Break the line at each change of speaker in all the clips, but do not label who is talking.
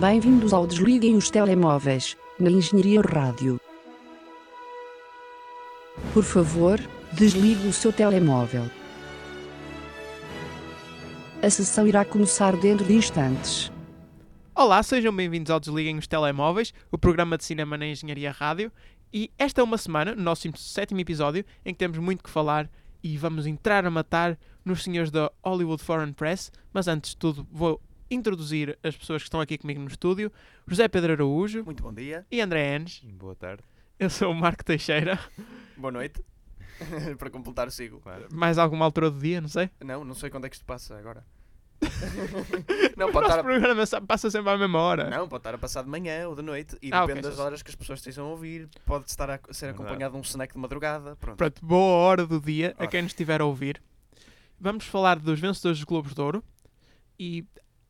Bem-vindos ao Desliguem os Telemóveis, na Engenharia Rádio. Por favor, desligue o seu telemóvel. A sessão irá começar dentro de instantes.
Olá, sejam bem-vindos ao Desliguem os Telemóveis, o programa de cinema na Engenharia Rádio. E esta é uma semana, no nosso sétimo episódio, em que temos muito que falar e vamos entrar a matar nos senhores da Hollywood Foreign Press. Mas antes de tudo, vou introduzir as pessoas que estão aqui comigo no estúdio: José Pedro Araújo
Muito bom dia.
e André Enes.
Boa tarde.
Eu sou o Marco Teixeira.
Boa noite. Para completar o ciclo.
Mais alguma altura do dia, não sei.
Não, não sei quando é que isto passa agora. não, pode
o nosso
estar a...
programa sa- passa sempre à mesma hora.
não, pode estar a passar de manhã ou de noite. E
Ah, ok,
depende das
só-
horas que as pessoas estejam a ouvir. Pode estar a ser acompanhado de um snack de madrugada. Pronto.
Pronto, boa hora do dia a
Ora.
quem nos estiver a ouvir. Vamos falar dos vencedores dos Globos de Ouro. E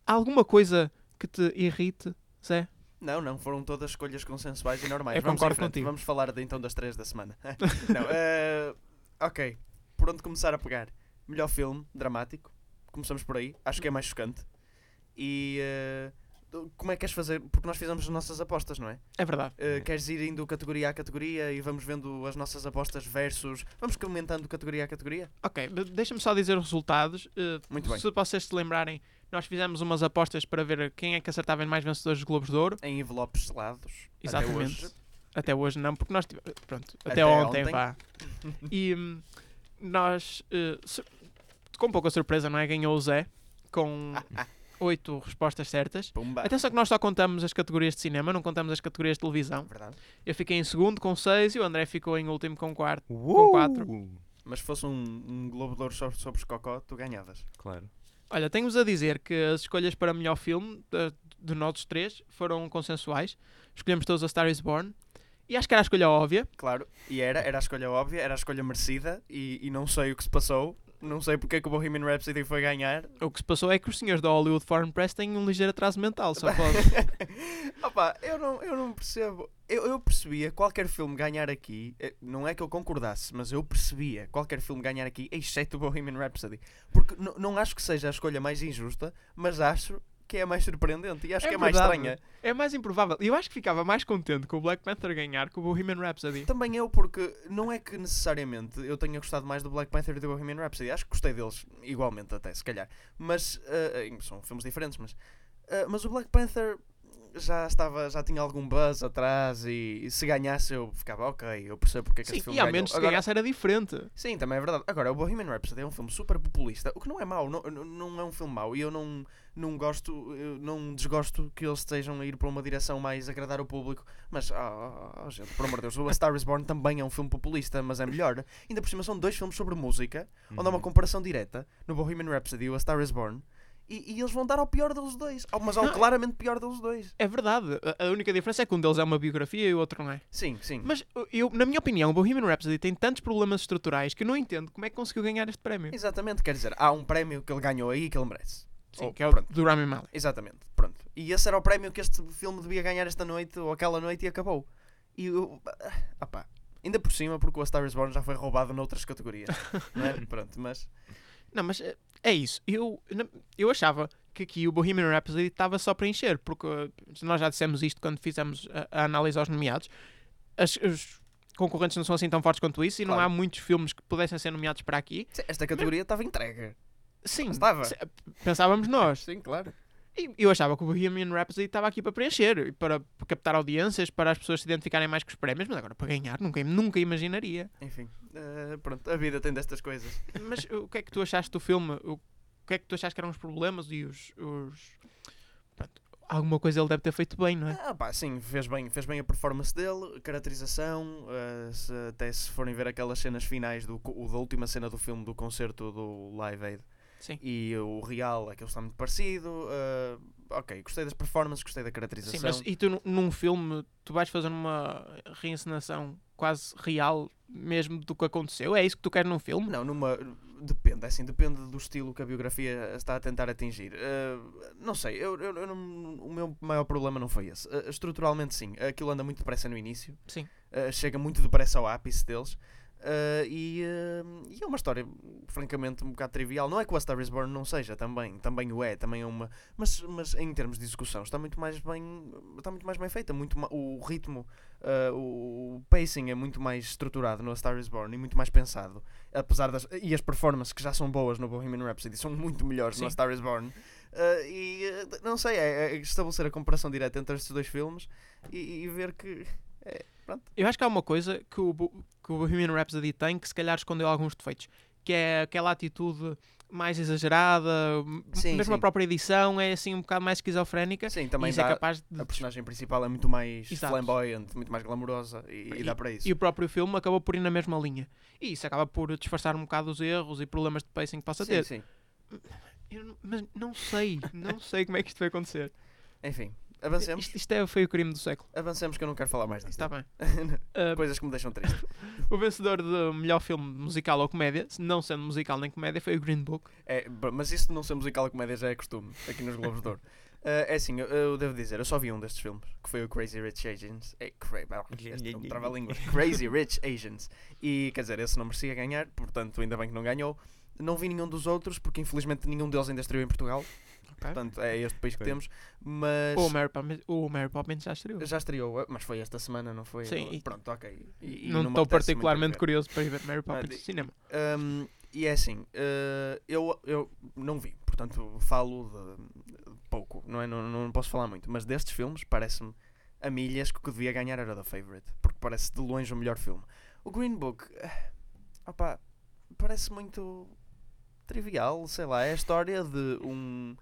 há alguma coisa que te irrite, Zé?
Não, não, foram todas escolhas consensuais e normais.
Eu
Vamos em
concordo
frente.
contigo.
Vamos falar de- então das três da semana. não, eh, ok. Por onde começar a pegar? Melhor filme dramático. Começamos por aí. Acho que é mais chocante. E eh, do- como é que queres fazer? Porque nós fizemos as nossas apostas, não é?
É verdade.
Eh, queres ir indo categoria a categoria e vamos vendo as nossas apostas versus. Vamos comentando categoria a categoria?
Ok, de- deixa-me só dizer os resultados. Eh,
Muito bem.
Se vocês se lembrarem, nós fizemos umas apostas para ver quem é que acertava em mais vencedores dos Globos de Ouro.
Em envelopes selados.
Exatamente.
Até hoje.
Até hoje não, porque nós tivemos. Pronto, até,
Até
ontem,
ontem.
vá. E hum, nós. eh, sur- com pouca surpresa, não é? Ganhou o Zé com oito respostas certas.
Pumba.
Atenção que nós só contamos as categorias de cinema, não contamos as categorias de televisão.
Verdade.
Eu fiquei em segundo com seis e o André ficou em último com quatro. Com quatro.
Mas se fosse um, um Globo de Ouro só sobre os Cocó, tu ganhavas.
Claro.
Olha, tenho-vos a dizer que as escolhas para melhor filme de, de nós três foram consensuais. Escolhemos todos a Star is Born. E acho que era a escolha óbvia.
Claro, e era, era a escolha óbvia, era a escolha merecida, e, e não sei o que se passou, não sei porque é que o Bohemian Rhapsody foi ganhar.
O que se passou é que os senhores da Hollywood Foreign Press têm um ligeiro atraso mental, só pode.
Opa, eu não, eu não percebo. Eu, eu percebia qualquer filme ganhar aqui, eh, não é que eu concordasse, mas eu percebia qualquer filme ganhar aqui, exceto o Bohemian Rhapsody. Porque n- não acho que seja a escolha mais injusta, mas acho que é a mais surpreendente e acho que é mais
verdade.
estranha.
É mais improvável. E eu acho que ficava mais contente com o Black Panther ganhar que o Bohemian Rhapsody.
Também eu, porque não é que necessariamente eu tenha gostado mais do Black Panther e do Bohemian Rhapsody. Acho que gostei deles igualmente, até, se calhar. Mas eh, eh, são filmes diferentes, mas. eh, mas o Black Panther já estava, já tinha algum buzz atrás e, e se ganhasse eu ficava ok, eu percebo porque é que
Sim,
este filme
e ao
ganhou."
menos se
Agora-
ganhasse era diferente.
Sim, também é verdade. Agora, o Bohemian Rhapsody é um filme super populista, o que não é mau, não, não- não é um filme mau. E eu não, não gosto, eu não desgosto que eles estejam a ir para uma direção mais agradar o público. Mas, ah, ah, ah, gente, por amor de Deus, o A Star is Born também é um filme populista, mas é melhor. Ainda por cima são dois filmes sobre música, onde há
Uhum.
uma comparação direta no Bohemian Rhapsody e o A Star is Born. E, e eles vão dar ao pior deles dois, ao- mas ao
Não, é-
claramente pior deles dois.
É verdade. A- A única diferença é que um deles é uma biografia e o outro não é.
Sim, sim.
Mas eu- eu, na minha opinião, o Bohemian Rhapsody tem tantos problemas estruturais que eu não entendo como é que conseguiu ganhar este prémio.
Exatamente, quer dizer, há um prémio que ele ganhou aí que ele merece.
Sim,
Oh,
que é o
pronto.
do Rami Malek.
Exatamente, pronto. E esse era o prémio que este filme devia ganhar esta noite ou aquela noite e acabou. E eu. ah, pá. Ainda por cima, porque o A Star is Born já foi roubado noutras categorias. não é? Pronto, mas.
Não, mas é, é isso. Eu, na- eu achava que aqui o Bohemian Rhapsody estava só para encher, porque uh, nós já dissemos isto quando fizemos a, a análise aos nomeados. As- os concorrentes não são assim tão fortes quanto isso e não
Claro.
há muitos filmes que pudessem ser nomeados para aqui.
Sim, Esta categoria estava entregue.
Sim,
Estava.
se- pensávamos nós.
Sim, claro.
E eu achava que o Bohemian Rhapsody estava aqui para preencher, e para captar audiências, para as pessoas se identificarem mais com os prémios, mas agora para ganhar nunca, nunca imaginaria.
Enfim, eh, pronto, a vida tem destas coisas.
Mas o que é que tu achaste do filme? O que é que tu achaste que eram os problemas e os. os- Pronto, alguma coisa ele deve ter feito bem, não é?
Ah, pá, sim, fez bem, fez bem a performance dele, caracterização, eh, se- até se forem ver aquelas cenas finais do, co- o da última cena do filme do concerto do Live Aid.
Sim.
E o real, aquele está muito parecido. eh, ok, gostei das performances, gostei da caracterização.
Sim, mas e tu nu- num filme, tu vais fazer uma reencenação quase real mesmo do que aconteceu? É isso que tu queres num filme?
Não, numa. Depende, é assim, depende do estilo que a biografia está a tentar atingir. Eh, não sei, eu, eu- eu não- o meu maior problema não foi esse. Eh, estruturalmente, sim, aquilo anda muito depressa no início.
Sim.
Eh, chega muito depressa ao ápice deles. Ah, e, ah, e é uma história, francamente, um bocado trivial. Não é que o A Star Is Born não seja, também, também o é, também é uma. Mas, mas em termos de execução está muito mais bem, está muito mais bem feita. Muito ma- o ritmo, ah, o pacing é muito mais estruturado no A Star Is Born e muito mais pensado. Apesar das. E as performances que já são boas no Bohemian Rhapsody são muito melhores no
Sim.
A Star Is Born. Ah, e ah, não sei, é, é estabelecer a comparação direta entre estes dois filmes e, e ver que. É, pronto.
Eu acho que há uma coisa que o, Bo- que o Bohemian Rhapsody tem que se calhar escondeu alguns defeitos, que é aquela atitude mais exagerada, m-
Sim,
mesmo a
sim.
própria edição é assim um bocado mais esquizofrénica
Sim,
e
também
isso é
dá-
capaz de...
A personagem principal é muito mais
Exato.
flamboyante, muito mais glamourosa e, e dá para isso.
E o próprio filme acabou por ir na mesma linha. E isso acaba por disfarçar um bocado os erros e problemas de pacing que possa
sim,
ter.
sim.
Eu n- mas não sei, não sei como é que isto vai acontecer.
Enfim, avancemos.
Isto, isto é, foi o crime do século.
Avancemos que eu não quero falar mais disto.
Está bem. Ah,
Coisas que me deixam triste.
o vencedor de melhor filme musical ou comédia, se não sendo musical nem comédia, foi o Green Book.
É, br- mas isso de não ser musical ou comédia já é costume aqui nos Globos de Ouro. Ah, é assim, eu, eu devo dizer, eu só vi um destes filmes, que foi o Crazy Rich Asians. É, cra este é um trava-línguas. Crazy Rich Asians. E quer dizer, esse não merecia ganhar, portanto, ainda bem que não ganhou. Não vi nenhum dos outros, porque infelizmente nenhum deles ainda estreou em Portugal. Portanto, é este país que
Ok.
temos. Mas.
O Mary, Poppins, o Mary Poppins já estreou.
Já estreou, eh, mas foi esta semana, não foi?
Sim, e-
Pronto, ok. E- e
não estou
me apetece muito
particularmente
ver.
curioso para ir ver Mary
Mas
Poppins no
di-
cinema.
Hum, e é assim, eh, eu, eu não vi, portanto falo de, de pouco, não, é? não, não posso falar muito, mas destes filmes parece-me a milhas que o que devia ganhar era o The Favorite, porque parece de longe o melhor filme. O Green Book, eh, opá, parece muito trivial, sei lá, é a história de um,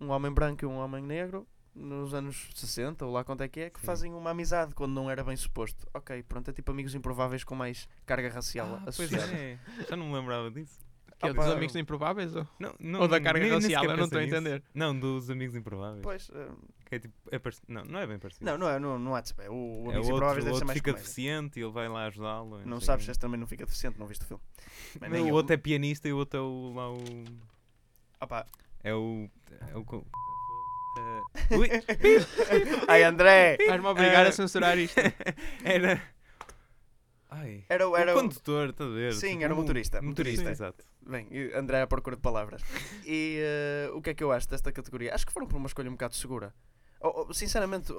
um homem branco e um homem negro nos anos 60, ou lá quanto é que é, que
Sim.
fazem uma amizade quando não era bem suposto. Ok, pronto, é tipo amigos improváveis com mais carga racial
Ah, pois
associada.
é. Já não me lembrava disso.
Que é
Opa,
dos Amigos Improváveis? Ou,
Não, não,
ou da carga
nem- nem
racial?
sequer
Eu não estou a
pensei nisso.
entender.
Não, dos Amigos Improváveis.
Pois, eh,
Que é tipo, é parec- Não, não é bem parecido.
não, não é, não, não há de saber. O, o
é o
Amigos
outro,
Improváveis
o
deve ser
outro
mais
fica
comédia.
deficiente e ele vai lá ajudá-lo. e
Não
sei
sabes se
quê.
este também não fica deficiente, não viste o filme. Mas
Não,
nem
o
eu.
outro é pianista e o outro é o. Lá, o
Opa.
é o. É o. co- Eh, ui,
Ai, André!
Vais-me obrigar
eh.
Ah.
a censurar isto.
era. Ai.
Era, o-
Era
era
o
o...
condutor, estás a ver? Tipo um
Sim, era o motorista,
Motorista,
motorista.
exato.
Bem, e André à procura de palavras. E eh, o que é que eu acho desta categoria? Acho que foram por uma escolha um bocado segura. Ou- ou, sinceramente, ou-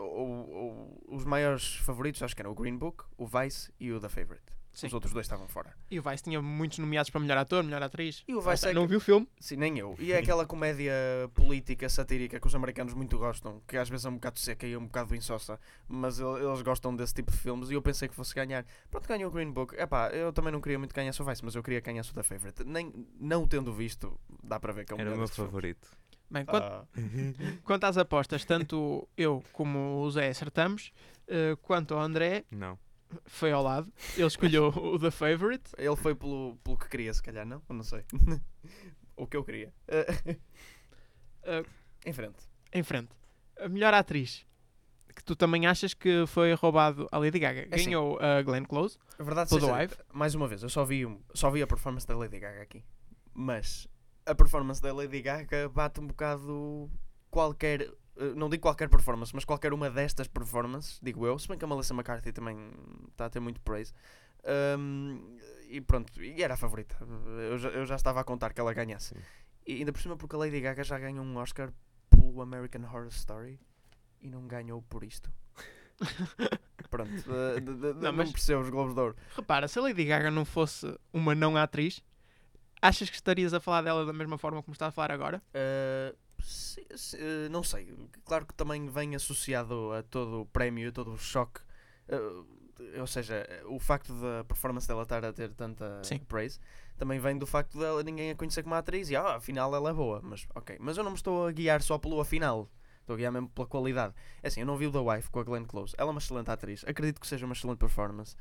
ou- os maiores favoritos acho que eram o Green Book, o Vice e o The Favorite.
Sim.
Os outros dois estavam fora.
E o Vice tinha muitos nomeados para melhor ator, melhor atriz.
E o
Lá
Vice
está,
é
Não
que-
vi o filme.
Sim, nem eu. E é aquela comédia política, satírica que os americanos muito gostam, que às vezes é um bocado seca e é um bocado insossa, mas el- eles gostam desse tipo de filmes e eu pensei que fosse ganhar. Pronto, ganhou o Green Book. Epá, eu também não queria muito ganhar o Vice, mas eu queria ganhar o The Favorite. Nem, não o tendo visto, dá para ver que é um Ah,
Era o meu favorito.
Bem, quanto, quanto às apostas, tanto eu como o Zé acertamos. eh, quanto ao André,
Não.
foi ao lado. Ele escolheu o The Favorite.
Ele foi pelo, pelo que queria, se calhar, não? Eu não sei. o que eu queria.
Ah.
Eh,
em frente.
em frente. A melhor atriz. Que tu também achas que foi roubado a Lady Gaga.
É assim.
Ganhou a Glenn Close.
A verdade
Todo
seja
live.
dita, mais uma vez, eu só vi, um- só vi a performance da Lady Gaga aqui. Mas a performance da Lady Gaga bate um bocado qualquer. eh, Não digo qualquer performance, mas qualquer uma destas performances, digo eu. Se bem que a Melissa McCarthy também está a ter muito praise. Ahm, e pronto, e era a favorita. Eu já, eu já estava a contar que ela ganhasse.
Sim.
E ainda por cima, porque a Lady Gaga já ganhou um Oscar pelo American Horror Story e não ganhou por isto. Pronto, eh, de- de- de-
Não,
não,
mas-
percebo os Globos de Ouro.
Repara, se a Lady Gaga não fosse uma não atriz, achas que estarias a falar dela da mesma forma como estás a falar agora?
Uh, se- se- uh, não sei. Claro que também vem associado a todo o prémio, a todo o choque. Uh, ou seja, o facto da performance dela estar a ter tanta
Sim.
praise também vem do facto dela ninguém a conhecer como atriz e ah, afinal ela é boa. Mas ok, mas eu não me estou a guiar só pelo afinal. Estou a guiar mesmo pela qualidade. É assim, eu não vi o The Wife com a Glenn Close. Ela é uma excelente atriz. Acredito que seja uma excelente performance.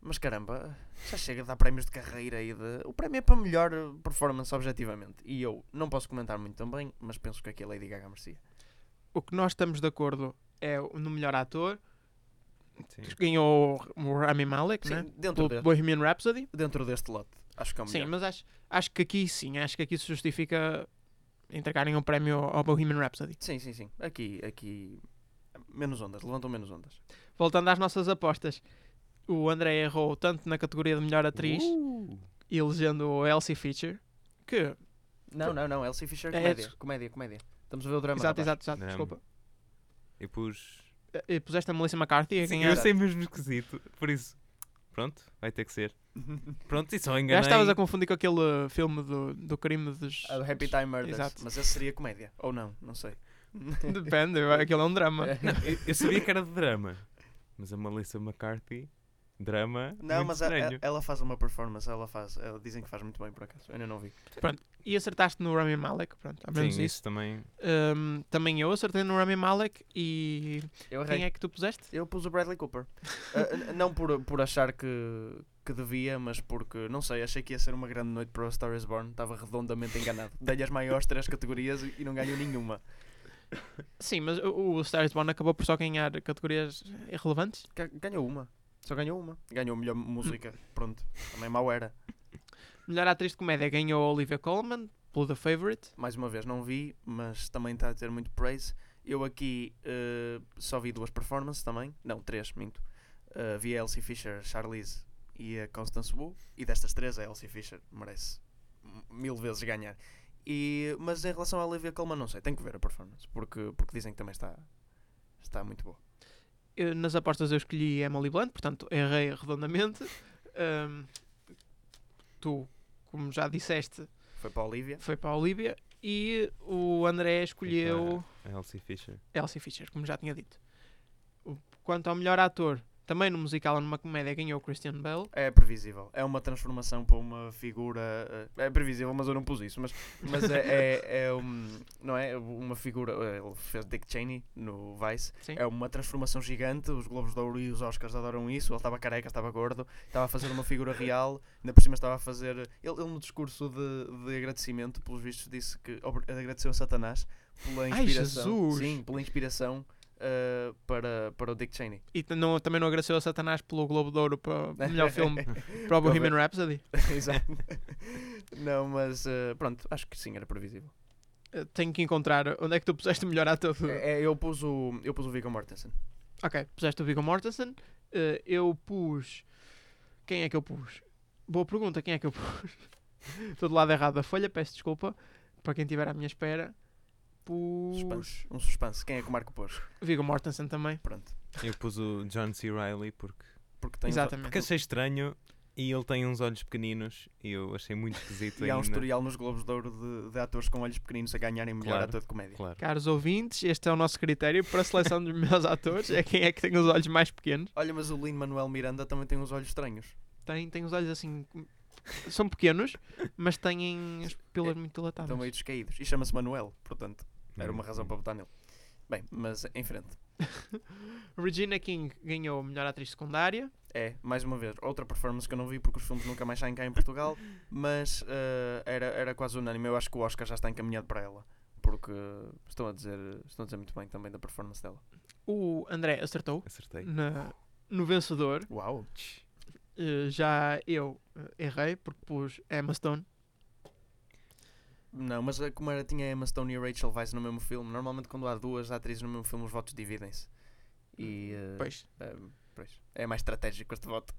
Mas caramba, já chega de dar prémios de carreira e de... O prémio é para melhor eh, performance, objetivamente. E eu não posso comentar muito também, mas penso que aqui a Lady Gaga merecia.
O que nós estamos de acordo é o- no melhor ator,
Sim.
que ganhou o Rami Malek,
Sim,
né?
dentro,
Pelo
deste,
Bohemian Rhapsody.
dentro deste lote, acho que é o melhor.
Sim, mas acho, acho que aqui sim, acho que aqui se justifica entregarem um prémio ao Bohemian Rhapsody.
Sim, sim, sim. Aqui, aqui... Menos ondas, levantam menos ondas.
Voltando às nossas apostas, o André errou tanto na categoria de melhor atriz,
Uh,
elegendo Elsie Fisher, que.
Não, não, não. Elsie Fisher,
É,
comédia.
des-
Comédia, comédia. Estamos a ver o drama.
exato,
rapaz.
exato, exato,
Não.
desculpa.
eu pus.
Eh, Puseste a Melissa McCarthy a
Sim,
ganhar.
eu sei mesmo esquisito. Por isso. Pronto, vai ter que ser. Pronto, e só
Já
enganei.
estavas a confundir com aquele filme do, do crime dos.
Ah, o Happy Time Murders.
Exato.
Mas esse seria comédia. Ou não, não sei.
Depende, aquele é um drama.
É.
Não, eu, eu sabia que era de drama. Mas a Melissa McCarthy, drama.
Não,
muito
mas a- a-
estranho.
ela faz uma performance, ela faz, ela dizem que faz muito bem por acaso. Eu ainda não vi.
E acertaste no Rami Malek, pronto, ao menos
Sim,
isso.
isso também.
Ahm, também eu acertei no Rami Malek e.
Eu
Quem
errei.
é que tu puseste?
Eu pus o Bradley Cooper. Ah, n- não por, por achar que, que devia, mas porque, não sei, achei que ia ser uma grande noite para o Star is Born. Estava redondamente enganado. Dei-lhe as maiores três categorias e e não ganhou nenhuma.
Sim, mas o, o Star is Born acabou por só ganhar categorias irrelevantes.
Ga- Ganhou uma. Só ganhou uma. Ganhou melhor música. Pronto. Também mal era.
Melhor atriz de comédia ganhou a Olivia Colman, pelo The Favorite.
Mais uma vez, não vi, mas também está a ter muito praise. Eu aqui eh, só vi duas performances também. Não, três, minto. Eh, vi a Elsie Fisher, Charlize e a Constance Wu. E destas três, a Elsie Fisher merece m- mil vezes ganhar. E, mas em relação à Olivia Colman, não sei. Tenho que ver a performance, porque, porque dizem que também está, está muito boa.
Eu, Eh, nas apostas eu escolhi Emily Blunt, portanto errei redondamente. Ahm, tu, como já disseste,
Foi para a Olivia.
foi para a Olivia e o André escolheu.
A Elsie Fisher.
Elsie Fisher, como já tinha dito. O- Quanto ao melhor ator, também no musical, numa comédia, ganhou o Christian Bale.
É previsível. É uma transformação para uma figura. eh, É previsível, mas eu não pus isso. Mas, mas é, é, é um- não é? Uma figura. Ele fez Dick Cheney no Vice.
Sim.
É uma transformação gigante. Os Globos de Ouro e os Oscars adoram isso. Ele estava careca, estava gordo, estava a fazer uma figura real. Ainda por cima estava a fazer. Ele, ele no discurso de, de agradecimento, pelos vistos, disse que obri- agradeceu a Satanás pela
Ai,
inspiração.
Jesus!
sim, pela inspiração eh, para, para o Dick Cheney.
E t- não- também não agradeceu a Satanás pelo Globo de Ouro para o melhor filme, para o Bohemian Rhapsody.
Exato. Não, mas eh, pronto, acho que sim, era previsível.
Eh, Tenho que encontrar onde é que tu puseste o melhor ator.
É, é, eu pus o, eu pus o Viggo Mortensen.
Ok, puseste o Viggo Mortensen. Eh, eu pus. Quem é que eu pus? Boa pergunta, quem é que eu pus? Estou do lado errado da folha, peço desculpa para quem estiver à minha espera. Pus.
Suspense. Um suspense. Quem é que o Marco pôs?
Viggo Mortensen também.
Pronto.
Eu pus o John C. Riley porque,
Porque assim- tem uns-
Exatamente.
porque achei estranho e ele tem uns olhos pequeninos e eu achei muito esquisito
E há um
ainda.
historial nos Globos de Ouro de, de atores com olhos pequeninos a ganharem melhor
Claro.
ator de comédia.
Claro.
Caros ouvintes, este é o nosso critério para a seleção dos meus atores. É quem é que tem os olhos mais pequenos.
Olha, mas o Lin-Manuel Miranda também tem uns olhos estranhos.
Tem, tem os olhos assim. São pequenos, mas têm as pupilas
É,
muito dilatadas.
Estão meio descaídos. E chama-se Manuel, portanto, era
Hum.
uma razão para botar nele. Bem, mas em frente.
Regina King ganhou a melhor atriz secundária.
É, mais uma vez, outra performance que eu não vi porque os filmes nunca mais saem cá em Portugal, mas eh, era, era quase unânime. Eu acho que o Oscar já está encaminhado para ela, porque estão a dizer, estão a dizer muito bem também da performance dela.
O André acertou
Acertei.
na- no vencedor.
Uau!
Eh, já eu eh, errei porque pus Emma Stone.
Não, mas eh, como era, tinha Emma Stone e Rachel Weisz no mesmo filme, normalmente quando há duas atrizes no mesmo filme os votos dividem-se. E, eh,
Pois.
eh, pois, é mais estratégico este voto.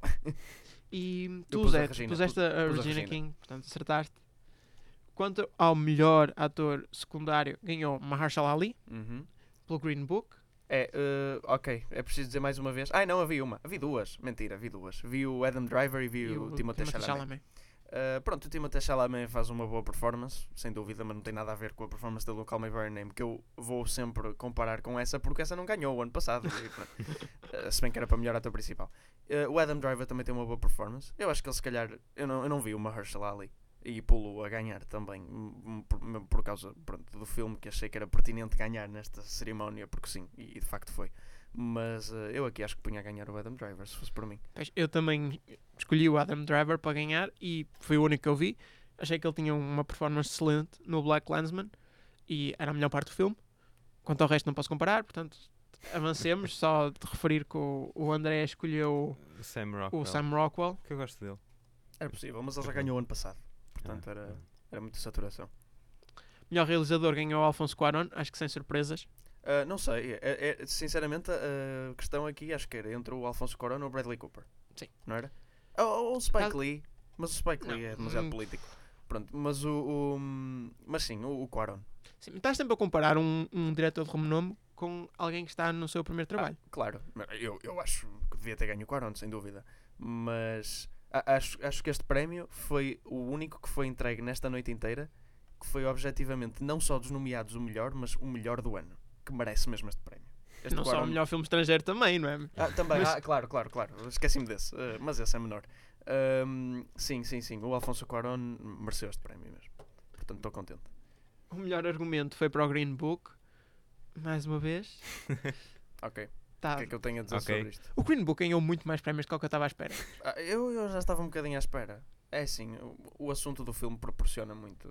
E tu,
pus a
Zé, tu
Regina,
puseste
pus-
a
pus a
Regina,
Regina.
King, portanto acertaste. Quanto ao melhor ator secundário, ganhou Mahershala Ali
Uhum.
pelo Green Book.
É, eh, ok, é preciso dizer mais uma vez. Ai não, havia uma, havia duas, mentira, havia duas. Vi o Adam Driver e vi
e
o Timothée Chalamet.
Chalamet.
Uh, pronto, o Timothée Chalamet faz uma boa performance, sem dúvida, mas não tem nada a ver com a performance da Local Me By Your Name, que eu vou sempre comparar com essa, porque essa não ganhou o ano passado, e pronto. Uh, se bem que era para melhor ator principal. Uh, o Adam Driver também tem uma boa performance. Eu acho que ele, se calhar, eu não, eu não vi o Mahershala Ali e pulo a ganhar também, m- m- por, mesmo por causa pronto, do filme que achei que era pertinente ganhar nesta cerimónia, porque sim, e, e de facto foi. Mas uh, eu aqui acho que punha a ganhar o Adam Driver, se fosse por mim.
Pois, Eu também escolhi o Adam Driver para ganhar e foi o único que eu vi. Achei que ele tinha uma performance excelente no Black Landsman e era a melhor parte do filme. Quanto ao resto, não posso comparar, portanto, avancemos. Só de referir que o o André escolheu
O Sam
Ah,
Rockwell.
o Sam Rockwell.
Que eu gosto dele.
Era possível, mas ele já ganhou o ano passado, portanto era, era muita saturação.
Melhor realizador ganhou o Alfonso Cuarón, acho que sem surpresas.
Ah, não sei, é- é- sinceramente a a questão aqui acho que era entre o Alfonso Corona ou o Bradley Cooper.
Sim.
Não era? Ou, ou o Spike
Caso-
Lee. Mas o Spike Lee
Não,
é demasiado
hum.
político. Pronto, mas o. o- mas sim, o, o Quaron.
Sim, mas estás sempre a comparar um, um diretor de renome com alguém que está no seu
Ah,
primeiro trabalho.
Claro, eu, eu acho que devia ter ganho o Quaron, sem dúvida. Mas a- acho, acho que este prémio foi o único que foi entregue nesta noite inteira, que foi objetivamente não só dos nomeados o melhor, mas o melhor do ano. Que merece mesmo este prémio. Este
não só o
Cuarón-
melhor filme estrangeiro também, não é?
Ah, também,
Mas-
ah, claro, claro, claro. Esqueci-me desse, eh, mas esse é menor. Ahm, sim, sim, sim. O Alfonso Cuarón mereceu este prémio mesmo. Portanto, estou contente.
O melhor argumento foi para o Green Book. Mais uma vez.
Ok.
Tá.
O que é que eu tenho a dizer
Ok.
sobre isto?
O Green Book ganhou muito mais prémios do que o que eu estava à espera.
Ah, eu, eu já estava um bocadinho à espera. É assim, o, o assunto do filme proporciona muito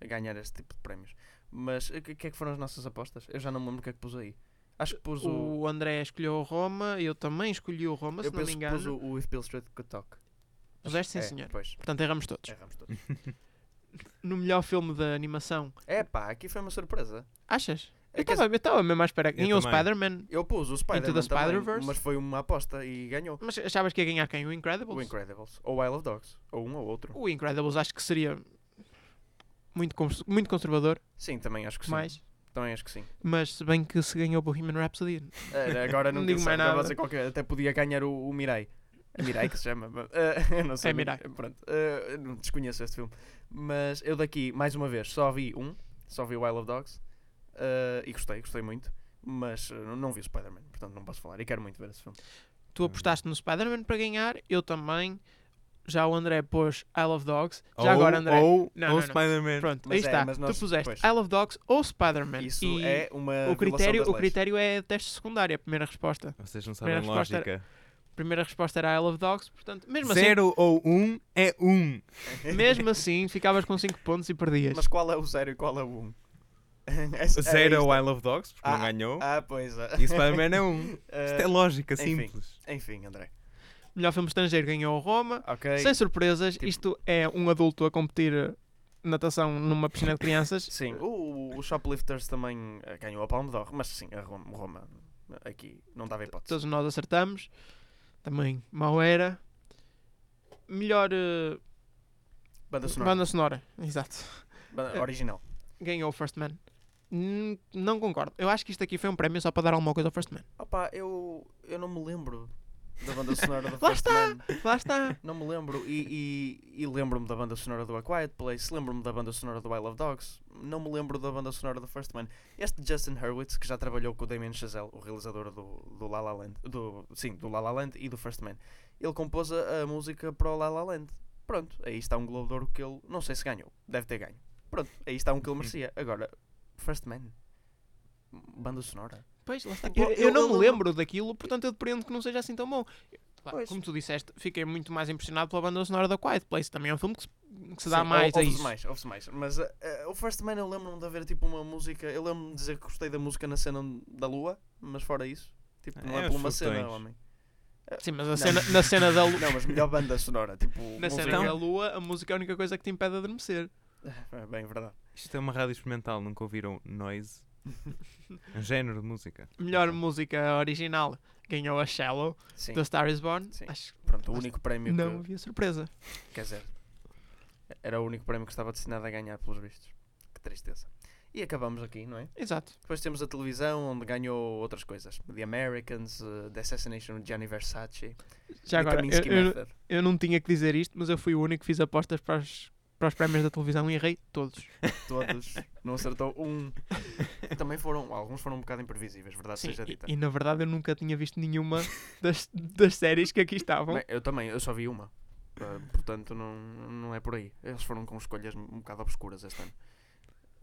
eh, a ganhar este tipo de prémios. Mas eh, o que, que é que foram as nossas apostas? Eu já não me lembro o que é que pus aí. Acho que pus o.
O André escolheu o Roma, eu também escolhi o Roma, se
eu
não me
penso que pus
engano.
o, o If Bill Street Could Talk.
Puseste sim,
é,
senhor.
Pois,
Portanto, erramos todos.
erramos todos.
No melhor filme de animação,
É pá, aqui foi uma surpresa.
achas?
É
Eu
que- assim,
estava eu estava mesmo à espera.
Eu
Ganhou o
também.
Spider-Man,
Eu pus o
the
Spider-Man também,
Spider-Verse?
mas foi uma aposta e ganhou.
mas achavas que ia ganhar quem? O Incredibles?
O Incredibles. Ou Isle of Dogs. Ou um ou outro.
O Incredibles acho que seria muito, cons- muito conservador,
Sim, também acho que sim.
mais.
Também acho que sim.
Mas se bem que se ganhou Bohemian Rhapsody.
Ah, Agora não,
Não digo mais nada.
Dizer qualquer, até podia ganhar o, o Mirai. Mirai que se chama. mas, ah, eu não sei.
É Mirai.
Pronto. ah, não desconheço este filme. Mas eu daqui, mais uma vez, só vi um. Só vi o Isle of Dogs. ah, e gostei, gostei muito. Mas ah, não- não vi o Spider-Man, portanto não posso falar. E quero muito ver esse filme.
Tu
Hum.
apostaste no Spider-Man para ganhar, eu também. Já o André pôs I Love Dogs. Já
Ou-
agora, André.
Ou,
Não, não,
ou
não.
Spider-Man.
Pronto,
Mas
aí
é,
está.
mas nós-
tu puseste
pois.
I Love Dogs ou Spider-Man.
Isso
e
é uma.
o critério,
violação
o
das leis.
critério é teste secundário, a primeira resposta.
Vocês não sabem a
Primeira resposta
lógica.
A primeira resposta era I Love Dogs, portanto, mesmo assim,
Zero ou um é um.
mesmo assim, ficavas com 5 pontos e perdias.
Mas qual é o zero e qual é o um? É- é
Zero é
isto.
o I Love Dogs, porque
Ah,
não ganhou.
Ah, pois é.
E Spider-Man é um.
Eh,
Isto é lógica
enfim.
simples.
enfim, André.
O melhor filme estrangeiro ganhou o Roma.
Ok.
Sem surpresas,
Tipo-
isto é um adulto a competir eh, natação numa piscina de crianças.
Sim, o, o Shoplifters também eh, ganhou a Palme d'Or, mas sim, a Roma, Roma, eh, aqui não dava hipótese.
Todos nós acertamos. Também mal era. Melhor eh,
Banda sonora,
banda é. sonora. Exato.
banda original.
Ganhou o First Man. Hum, Não concordo. Eu acho que isto aqui foi um prémio só para dar alguma coisa ao First Man.
Opa, eu, eu não me lembro da banda sonora do
Lá
First
está!
Man.
Lá está.
Não me lembro, e, e, e lembro-me da banda sonora do A Quiet Place, lembro-me da banda sonora do I Love Dogs, não me lembro da banda sonora do First Man. Este Justin Hurwitz, que já trabalhou com o Damien Chazelle, o realizador do, do La La Land, do, sim, do La La Land e do First Man, ele compôs a, a música para o La La Land. Pronto, aí está um Globo de Ouro que ele, não sei se ganhou, deve ter ganho. Pronto, aí está um que ele merecia. Agora, First Man, banda sonora.
Pois, lá está.
Tipo,
Eu,
eu-
eu não
eu-
me lembro daquilo, portanto eu depreendo que não seja assim tão bom. Claro,
Pois.
como tu disseste, fiquei muito mais impressionado pela banda sonora da Quiet Place. Também é um filme que se, que se dá
Sim,
mais
ou-
a
ouve-se
isso.
mais, ouve-se mais. Mas eh, eh, o First Man eu lembro-me de haver tipo uma música. Eu lembro-me de dizer que gostei da música na cena da lua, mas fora isso, tipo, não
É,
é,
os
por uma cena,
foguetões.
homem.
Sim, mas a cena, na cena da lua.
Não, mas melhor banda sonora, tipo.
Na
música-
cena da lua, a música é a única coisa que te impede de adormecer.
É bem verdade.
Isto é uma rádio experimental, nunca ouviram noise? um género de música.
Melhor música original ganhou a Shallow,
Sim,
da Star is Born.
Sim.
Acho que
pronto, o único prémio
não
que.
havia surpresa.
Quer dizer, era o único prémio que estava destinado a ganhar, pelos vistos. Que tristeza. E acabamos aqui, não é?
Exato.
Depois temos a televisão, onde ganhou outras coisas. The Americans, eh, The Assassination of Gianni Versace,
Já
The
agora, eu,
Kaminsky
eu-
Method.
eu não tinha que dizer isto, mas eu fui o único que fiz apostas para os, para os prémios da televisão e errei todos.
todos. Não acertou um. Também foram, alguns foram um bocado imprevisíveis, verdade
Sim,
seja
e,
dita.
e na verdade eu nunca tinha visto nenhuma das, das séries que aqui estavam.
Bem, eu também, eu só vi uma. Ah, portanto, não, não é por aí. Eles foram com escolhas um bocado obscuras este ano.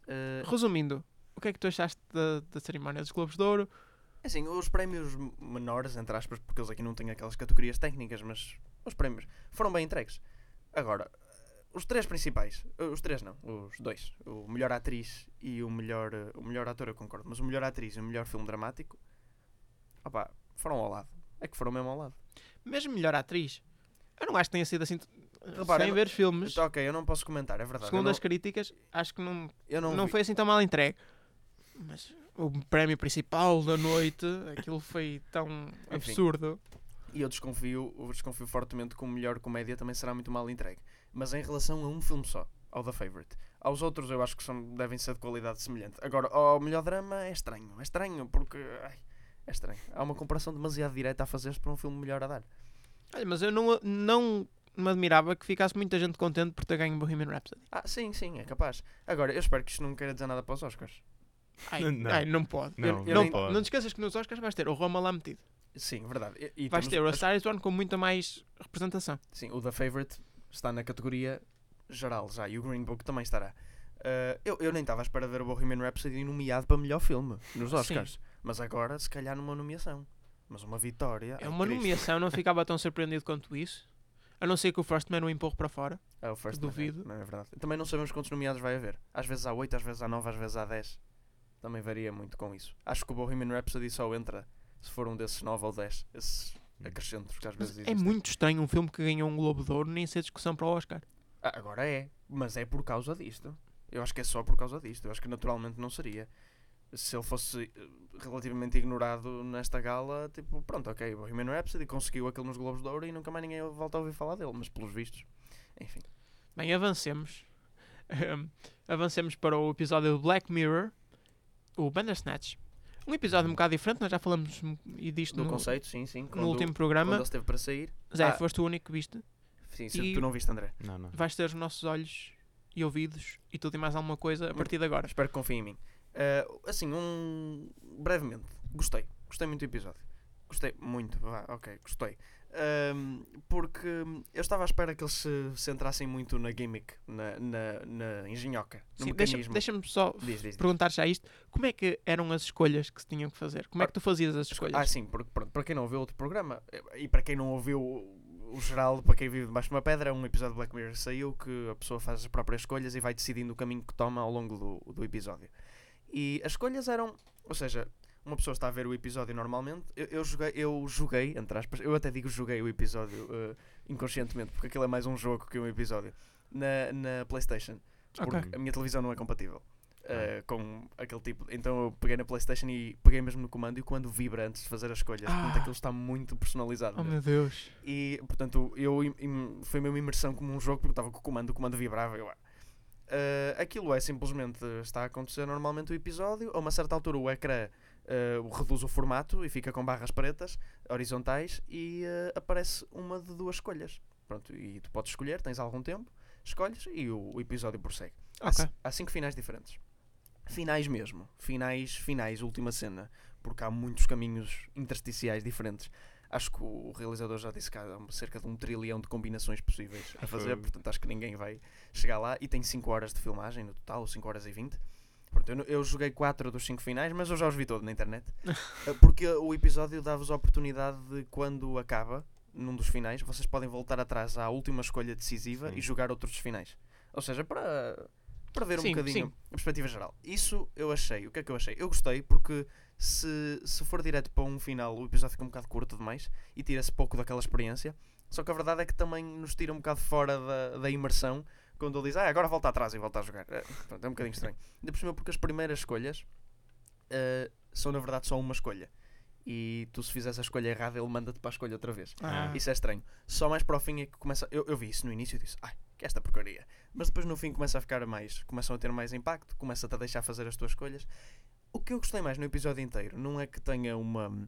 Ah,
Resumindo, o que é que tu achaste da, da cerimónia dos Globos de Ouro?
assim, os prémios menores, entre aspas, porque eles aqui não têm aquelas categorias técnicas, mas os prémios foram bem entregues. Agora, ah, os três principais, ah, os três não, os dois, o melhor atriz e o melhor, ah, o melhor ator, eu concordo, mas o melhor atriz e o melhor filme dramático, opá, foram ao lado. É que foram mesmo ao lado.
Mesmo melhor atriz. Eu não acho que tenha sido assim. t-
Repara,
sem
eu-
ver filmes,
Tá, ok, eu não posso comentar, é verdade.
segundo
eu
as críticas, acho que não,
não, eu não,
não,
vi.
foi assim tão mal entregue. Mas o prémio principal da noite, aquilo foi tão
Enfim.
absurdo.
E eu desconfio, eu desconfio fortemente que o melhor comédia também será muito mal entregue. Mas em relação a um filme só, ao The Favourite. Aos outros eu acho que são, devem ser de qualidade semelhante. Agora, ao melhor drama é estranho. É estranho porque. ai, é estranho. Há uma comparação demasiado direta a fazer-se para um filme melhor a dar.
Olha, mas eu não, não me admirava que ficasse muita gente contente por ter ganho Bohemian Rhapsody.
Ah, sim, sim, é capaz. Agora, eu espero que isto não queira dizer nada para os Oscars.
Ai, ai,
Não.
não. pode.
Não,
Eu- eu
não
nem-
pode.
não te esqueças que nos Oscars vais ter o Roma lá metido.
Sim, verdade. E, e
Vais ter o
temos-
A Star is Born com muita mais representação.
Sim, o The Favourite está na categoria geral já e o Green Book também estará. Ah, eu, eu nem estava à espera de ver o Bohemian Rhapsody nomeado para melhor filme nos
Sim.
Oscars. Mas agora, se calhar, numa nomeação. Mas uma vitória.
É
ai,
uma
Cristo.
nomeação, não ficava tão surpreendido quanto isso. A não ser que o First Man o empurre para fora.
É o first
Duvido.
Não é verdade. Também não sabemos quantos nomeados vai haver. Às vezes há 8, às vezes há 9, às vezes há 10. Também varia muito com isso. Acho que o Bohemian Rhapsody só entra se for um desses 9 ou 10. Esses acrescentos que às
Mas
vezes
é
existem.
muito estranho um filme que ganhou um Globo de Ouro nem ser discussão para o Oscar.
Ah, agora é, mas é por causa disto. Eu acho que é só por causa disto. Eu acho que naturalmente não seria. Se ele fosse eh, relativamente ignorado nesta gala, tipo, pronto, ok, Bohemian Rhapsody conseguiu aquilo nos Globos de Ouro e nunca mais ninguém volta a ouvir falar dele, mas pelos vistos, enfim.
Bem, avancemos. Ahm, avancemos para o episódio do Black Mirror, o Bandersnatch. Um episódio um bocado diferente, nós já falamos um- e disto
Do
no,
conceito, sim, sim.
no
Quando,
último
quando
programa.
ele esteve para sair.
Zé,
Ah.
foste o único que viste.
Sim, se
E-
tu não viste, André.
Não, não.
Vais ter os nossos olhos e ouvidos e tudo e mais alguma coisa a partir de agora.
Espero que confiem em mim. Ah, assim, um. brevemente, gostei. Gostei muito do episódio. Gostei muito, vá, ok, gostei. Ahm, porque eu estava à espera que eles se centrassem muito na gimmick, na, na, na engenhoca, no
Sim, deixa-
mecanismo.
Deixa-me só
Diz, diz, diz.
perguntar já isto. Como é que eram as escolhas que se tinham que fazer? Como é que tu fazias as escolhas?
Ah, sim, porque pronto, para quem não ouviu outro programa eh, e para quem não ouviu o geral, para quem vive debaixo de uma pedra, um episódio de Black Mirror saiu que a pessoa faz as próprias escolhas e vai decidindo o caminho que toma ao longo do, do episódio. E as escolhas eram, ou seja, uma pessoa está a ver o episódio normalmente. Eu, eu joguei, eu joguei, entre aspas, eu até digo joguei o episódio eh, inconscientemente, porque aquilo é mais um jogo que um episódio, na, na PlayStation
Ok.
porque a minha televisão não é compatível
Hum.
eh,
Ah.
com aquele tipo. Então eu peguei na PlayStation e peguei mesmo no comando e o comando vibra antes de fazer as escolhas. Portanto,
Ah.
aquilo está muito personalizado.
Oh
mesmo.
meu Deus.
E, portanto, eu im- im- foi mesmo imersão como um jogo, porque eu estava com o comando, o comando vibrava. Eu, ah. Eh, aquilo é simplesmente está a acontecer normalmente o episódio. A uma certa altura, o ecrã eh, reduz o formato e fica com barras pretas horizontais e eh, aparece uma de duas escolhas. Pronto, e tu podes escolher, tens algum tempo, escolhes e o- o episódio prossegue. Há,
Ok.
ci- há cinco finais diferentes. Finais mesmo. Finais, finais, última cena. Porque há muitos caminhos intersticiais diferentes. Acho que o realizador já disse que há cerca de um trilhão de combinações possíveis a fazer,
Fogo.
portanto acho que ninguém vai chegar lá. E tem 5 horas de filmagem no total, ou 5 horas e 20. Pronto, eu, no- eu joguei 4 dos 5 finais, mas eu já os vi todos na internet. Eh, Porque o episódio dá-vos a oportunidade de, quando acaba, num dos finais, vocês podem voltar atrás à última escolha decisiva
Uhum.
Sim.
e jogar outros finais. Ou seja, para, para ver um
Sim,
bocadinho
sim.
a perspectiva geral. Isso eu achei. O que é que eu achei? Eu gostei porque se, se for direto para um final, o episódio fica um bocado curto demais e tira-se pouco daquela experiência. Só que a verdade é que também nos tira um bocado fora da, da imersão quando ele diz, ah, agora volta atrás e volta a jogar. É, pronto, é um bocadinho estranho. Ainda por cima, porque as primeiras escolhas eh, são na verdade só uma escolha. E tu, se fizeres a escolha errada, ele manda-te para a escolha outra vez.
Ah.
Isso é estranho. Só mais para o fim é que começa. Eu, eu vi isso no início e disse, ai, que é esta porcaria. Mas depois no fim começa a ficar mais. Começam a ter mais impacto, começa-te a deixar fazer as tuas escolhas. O que eu gostei mais no episódio inteiro não é que tenha uma.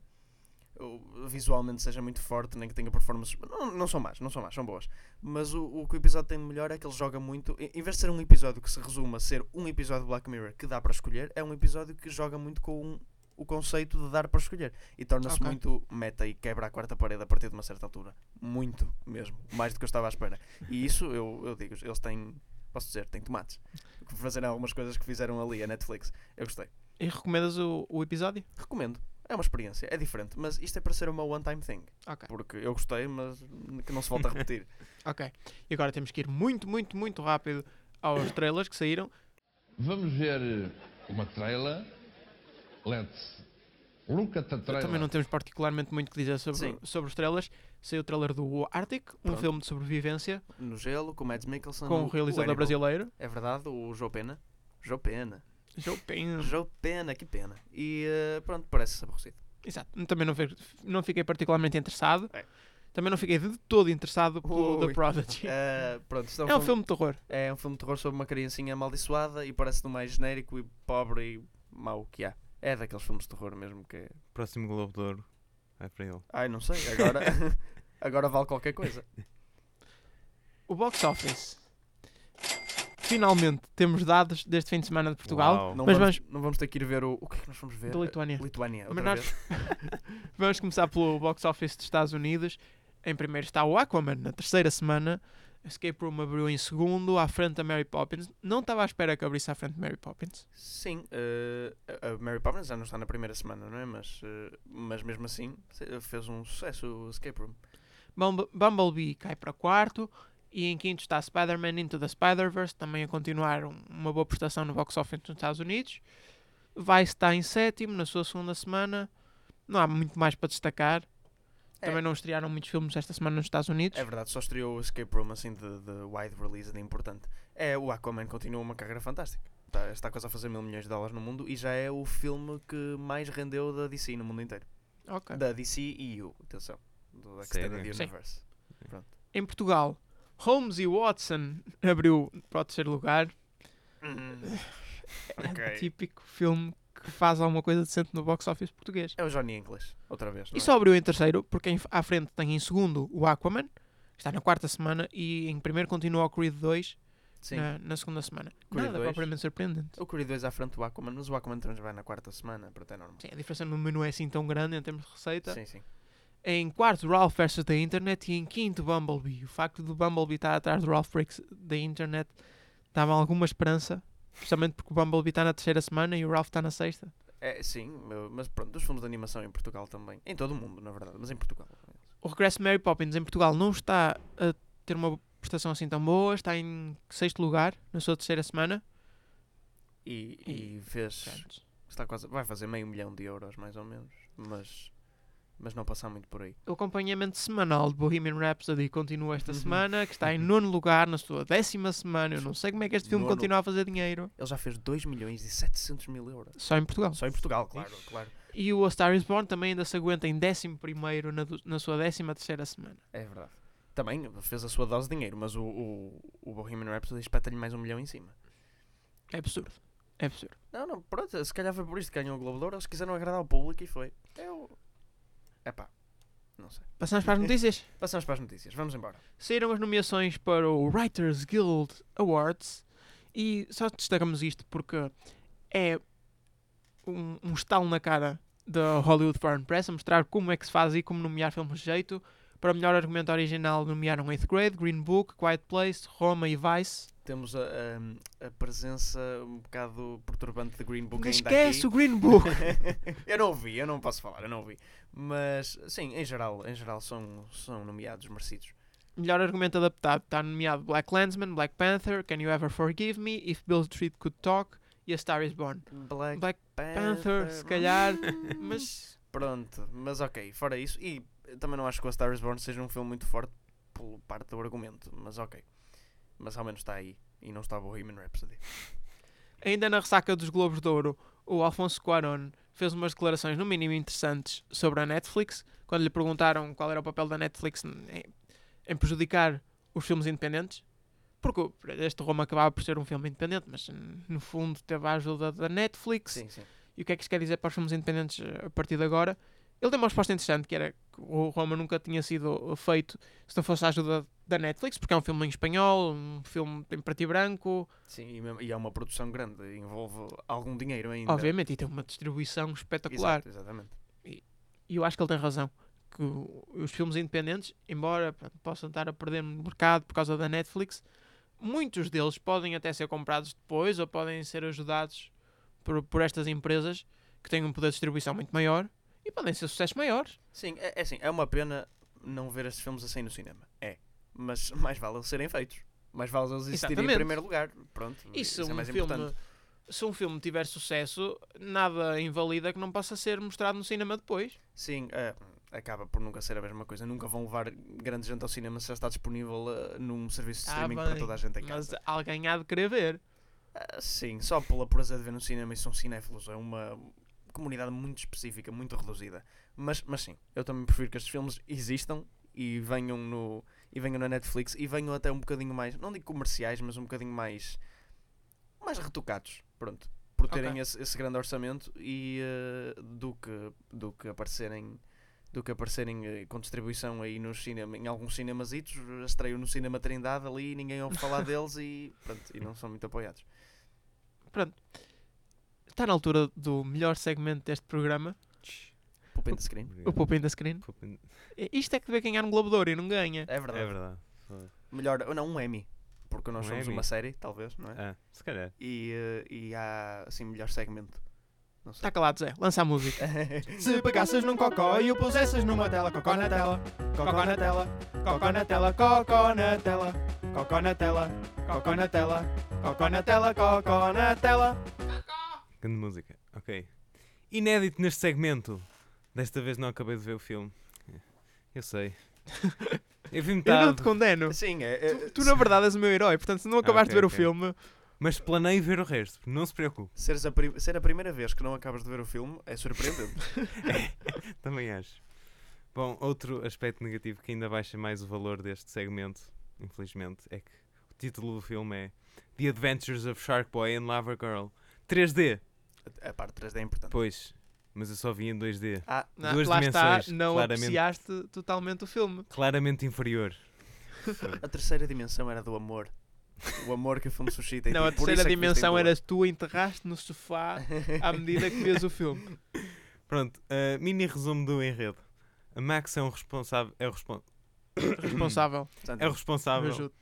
o- visualmente seja muito forte, nem que tenha performances. Não, não são más, não são más, são boas. Mas o, o que o episódio tem de melhor é que ele joga muito. Em em vez de ser um episódio que se resume a ser um episódio de Black Mirror que dá para escolher, é um episódio que joga muito com um, o conceito de dar para escolher e torna-se
Ok.
muito meta e quebra a quarta parede a partir de uma certa altura. Muito mesmo. Mais do que eu estava à espera. E isso, eu, eu digo, eles têm, posso dizer, têm tomates. Por Fazerem algumas coisas que fizeram ali a Netflix. Eu gostei.
E recomendas o, o episódio?
Recomendo. É uma experiência, é diferente, mas isto é para ser uma one-time thing.
Ok.
Porque eu gostei, mas que não se volta a repetir.
Ok. E agora temos que ir muito, muito, muito rápido aos trailers que saíram.
Vamos ver uma trailer. Let's look at the trailer.
Também não temos particularmente muito que dizer
Sim.
sobre, sobre os trailers. Saiu o trailer do Arctic, um
Pronto. Uhum.
filme de sobrevivência
No gelo, com o Mads Mikkelsen.
com
o-
um
o
realizador
Hannibal.
brasileiro.
É verdade, o João Pena. João Pena.
Joe Pena.
João Pena, que pena. E eh, pronto, parece aborrecido.
Exato. Também não, fi- não fiquei particularmente interessado.
É.
Também não fiquei de todo interessado pelo
Ui.
The Prodigy.
Ah, pronto, isto
É um filme de terror.
É um filme de terror sobre uma criancinha amaldiçoada e parece do mais genérico e pobre e mau que há. É daqueles filmes de terror mesmo que.
Próximo Globo de Ouro. É para ele.
Ai, não sei, agora. agora vale qualquer coisa.
O box office. Finalmente temos dados deste fim de semana de Portugal.
Uau.
Não,
Mas
vamos, não vamos ter que ir ver o. O que é que nós vamos ver?
Da Lituânia.
Lituânia,
Mas
outra
nós-
vez.
Vamos começar pelo box office dos Estados Unidos. Em primeiro está o Aquaman, na terceira semana. Escape Room abriu em segundo, à frente da Mary Poppins. Não estava à espera que abrisse à frente de Mary Poppins.
Sim, eh, a- a Mary Poppins já não está na primeira semana, não é? Mas, eh, mas mesmo assim se- fez um sucesso o Escape Room.
Bumble- Bumblebee cai para quarto. E em quinto está Spider-Man Into the Spider-Verse, também a continuar um- uma boa prestação no box office nos Estados Unidos. Vai estar em sétimo, na sua segunda semana. Não há muito mais para destacar.
É.
Também não estrearam muitos filmes esta semana nos Estados Unidos.
É verdade, só estreou o Escape Room assim de, de wide release, de importante. É, o Aquaman continua uma carreira fantástica. Está, está quase a fazer mil milhões de dólares no mundo e já é o filme que mais rendeu da DC no mundo inteiro.
Ok.
É Da DC e eu, atenção. Do Extended
Sério?
Sim.
Universe.
Em Portugal, Holmes e Watson abriu para o terceiro lugar.
Hum,
É o
ok.
típico filme que faz alguma coisa decente no box office português.
É o Johnny English, outra vez. não
E
é?
só abriu em terceiro, porque em- à frente tem em segundo o Aquaman, que está na quarta semana, e em primeiro continua o Creed 2
Sim.
na, na segunda semana.
Creed
Nada
2.
propriamente surpreendente.
O Creed 2 à frente do Aquaman, mas o Aquaman também já vai na quarta semana, portanto é normal.
Sim, tá. a diferença no menu é assim tão grande em termos de receita.
Sim, sim.
Em quarto, Ralph vs. The Internet. E em quinto, Bumblebee. O facto do Bumblebee estar atrás do Ralph vs. The Internet dava alguma esperança. Precisamente porque o Bumblebee está na terceira semana e o Ralph está na sexta.
É, sim, meu- mas pronto, dos filmes de animação em Portugal também. Em todo o mundo, na verdade, mas em Portugal.
O regresso de Mary Poppins em Portugal não está a ter uma prestação assim tão boa. Está em sexto lugar na sua terceira semana.
E, e fez.
Portanto,
Está quase, vai fazer meio milhão de euros, mais ou menos. Mas, mas não passar muito por aí.
O acompanhamento semanal de Bohemian Rhapsody continua
Uhum.
esta semana, que está em nono lugar na sua décima semana. Eu não sei como é que este filme
Nono.
continua a fazer dinheiro.
Ele já fez 2 milhões e 700 mil euros.
Só em Portugal.
Só em Portugal, claro, claro.
E o A Star is Born também ainda se aguenta em 11 na, du- na sua 13 terceira semana.
É verdade. Também fez a sua dose de dinheiro, mas o, o, o Bohemian Rhapsody espeta-lhe mais um milhão em cima.
É absurdo. É absurdo.
Não, não, pronto, se calhar foi por isto que ganhou o Globo de Ouro. Eles quiseram agradar o público e foi. É o. Epá, não sei.
Passamos para as notícias.
Passamos para as notícias, vamos embora.
Saíram as nomeações para o Writers Guild Awards e só destacamos isto porque é um, um estalo na cara da Hollywood Foreign Press a mostrar como é que se faz e como nomear filmes de jeito. Para melhor argumento original nomearam Eighth Grade, Green Book, Quiet Place, Roma e Vice.
Temos a, a- a presença um bocado perturbante de Green Book
Mas
ainda
esquece o
aqui.
Green Book!
eu não ouvi, eu não posso falar, eu não ouvi. Mas sim, em geral, em geral são, são nomeados merecidos.
Melhor argumento adaptado está nomeado Black Landsman, Black Panther, Can You Ever Forgive Me, If Bill Street Could Talk e A Star Is Born.
Black, hum,
Black Panther, se calhar, mas
Pronto, mas ok, fora isso. E também não acho que o A Star is Born seja um filme muito forte por parte do argumento, mas ok. Mas ao menos está aí e não está Bohemian Rhapsody.
ainda na ressaca dos Globos de Ouro, o Alfonso Cuarón fez umas declarações no mínimo interessantes sobre a Netflix, quando lhe perguntaram qual era o papel da Netflix em, em prejudicar os filmes independentes. Porque o- este Roma acabava por ser um filme independente, mas hum, no fundo teve a ajuda da Netflix.
Sim, sim.
e o que é que isto quer dizer para os filmes independentes eh, a partir de agora. Ele deu uma resposta interessante, que era que o Roma nunca tinha sido eh, feito se não fosse a ajuda da Netflix, porque é um filme em espanhol, um filme em preto e branco,
Sim, e, mesmo- e é uma produção grande, envolve algum dinheiro ainda.
obviamente, e tem uma distribuição espetacular.
Exato, exatamente.
E eu acho que ele tem razão. Que o- os filmes independentes, embora pronto, possam estar a perder mercado por causa da Netflix, muitos deles podem até ser comprados depois ou podem ser ajudados por, por estas empresas que têm um poder de distribuição muito maior e podem ser sucessos maiores.
Sim, é, é assim, é uma pena não ver estes filmes assim no cinema. É. Mas mais vale eles serem feitos. Mais vale eles existirem
Exatamente.
em primeiro lugar. Pronto,
E se
isso é
um,
mais
filme,
importante.
se um filme tiver sucesso, nada invalida que não possa ser mostrado no cinema depois.
Sim, eh, acaba por nunca ser a mesma coisa. Nunca vão levar grande gente ao cinema se já está disponível eh, num serviço de
Tá
streaming para
bem,
toda a gente em
Mas
casa.
alguém há de querer ver.
Ah, sim, só pela pureza de ver no cinema e são cinéfilos. É uma comunidade muito específica, muito reduzida. Mas, mas sim, eu também prefiro que estes filmes existam e venham, no, e venham na Netflix e venham até um bocadinho mais, não digo comerciais, mas um bocadinho mais, mais retocados, pronto, por terem
Ok.
esse, esse grande orçamento e eh, do, que, do que aparecerem do que aparecerem eh, com distribuição aí no cinema, em alguns cinemazitos, eh, estreio no cinema Trindade ali e ninguém ouve falar deles e, pronto, e não são muito apoiados.
Está na altura do melhor segmento deste programa,
Poop in the screen.
o Poop in the Screen.
Poupem-
E- Isto é que deve ganhar um Globo de Ouro e não ganha.
É
É
verdade.
verdade.
Melhor, ou não, um Emmy. Porque nós
Um
somos
Emmy.
uma série, talvez, não é?
Ah, se calhar.
E, eh, e há, assim, melhor segmento. Não sei.
Está Tá calado, Zé. Lança a música.
Se pegasses num cocó e o pusesses numa tela, cocó na tela, cocó na tela, cocó na tela, cocó na tela, cocó na tela, cocó na tela, cocó na tela, cocó na tela.
Grande música. Ok. Inédito neste segmento. Desta vez não acabei de ver o filme. Eu sei. Eu vi
Eu não te
metade,
condeno.
Sim, é, é,
Tu, na verdade, és o meu herói. Portanto, se não acabaste de
Ah, ok,
ver
ok.
o filme,
mas planei ver o resto. Não se preocupe.
seres a pri- ser a primeira vez que não acabas de ver o filme é surpreendente.
Também acho. Bom, outro aspecto negativo que ainda baixa mais o valor deste segmento, infelizmente, é que o título do filme é The Adventures of Shark Boy and Lava Girl 3D.
a a parte 3D é importante.
Pois, mas eu só vi em 2D.
Ah,
na-
Duas
lá
dimensões,
está, não
claramente.
apreciaste totalmente o filme.
Claramente inferior.
a terceira dimensão era do amor. O amor que o filme suscita. e
não, a
por
terceira
isso é que viste em
dimensão
duas.
eras tu, enterraste no sofá à medida que vês o filme.
Pronto, ah, mini resumo do enredo. A Max é um responsável. É o, respon-
Responsável.
Portanto,
é o responsável.
Eu ajudo.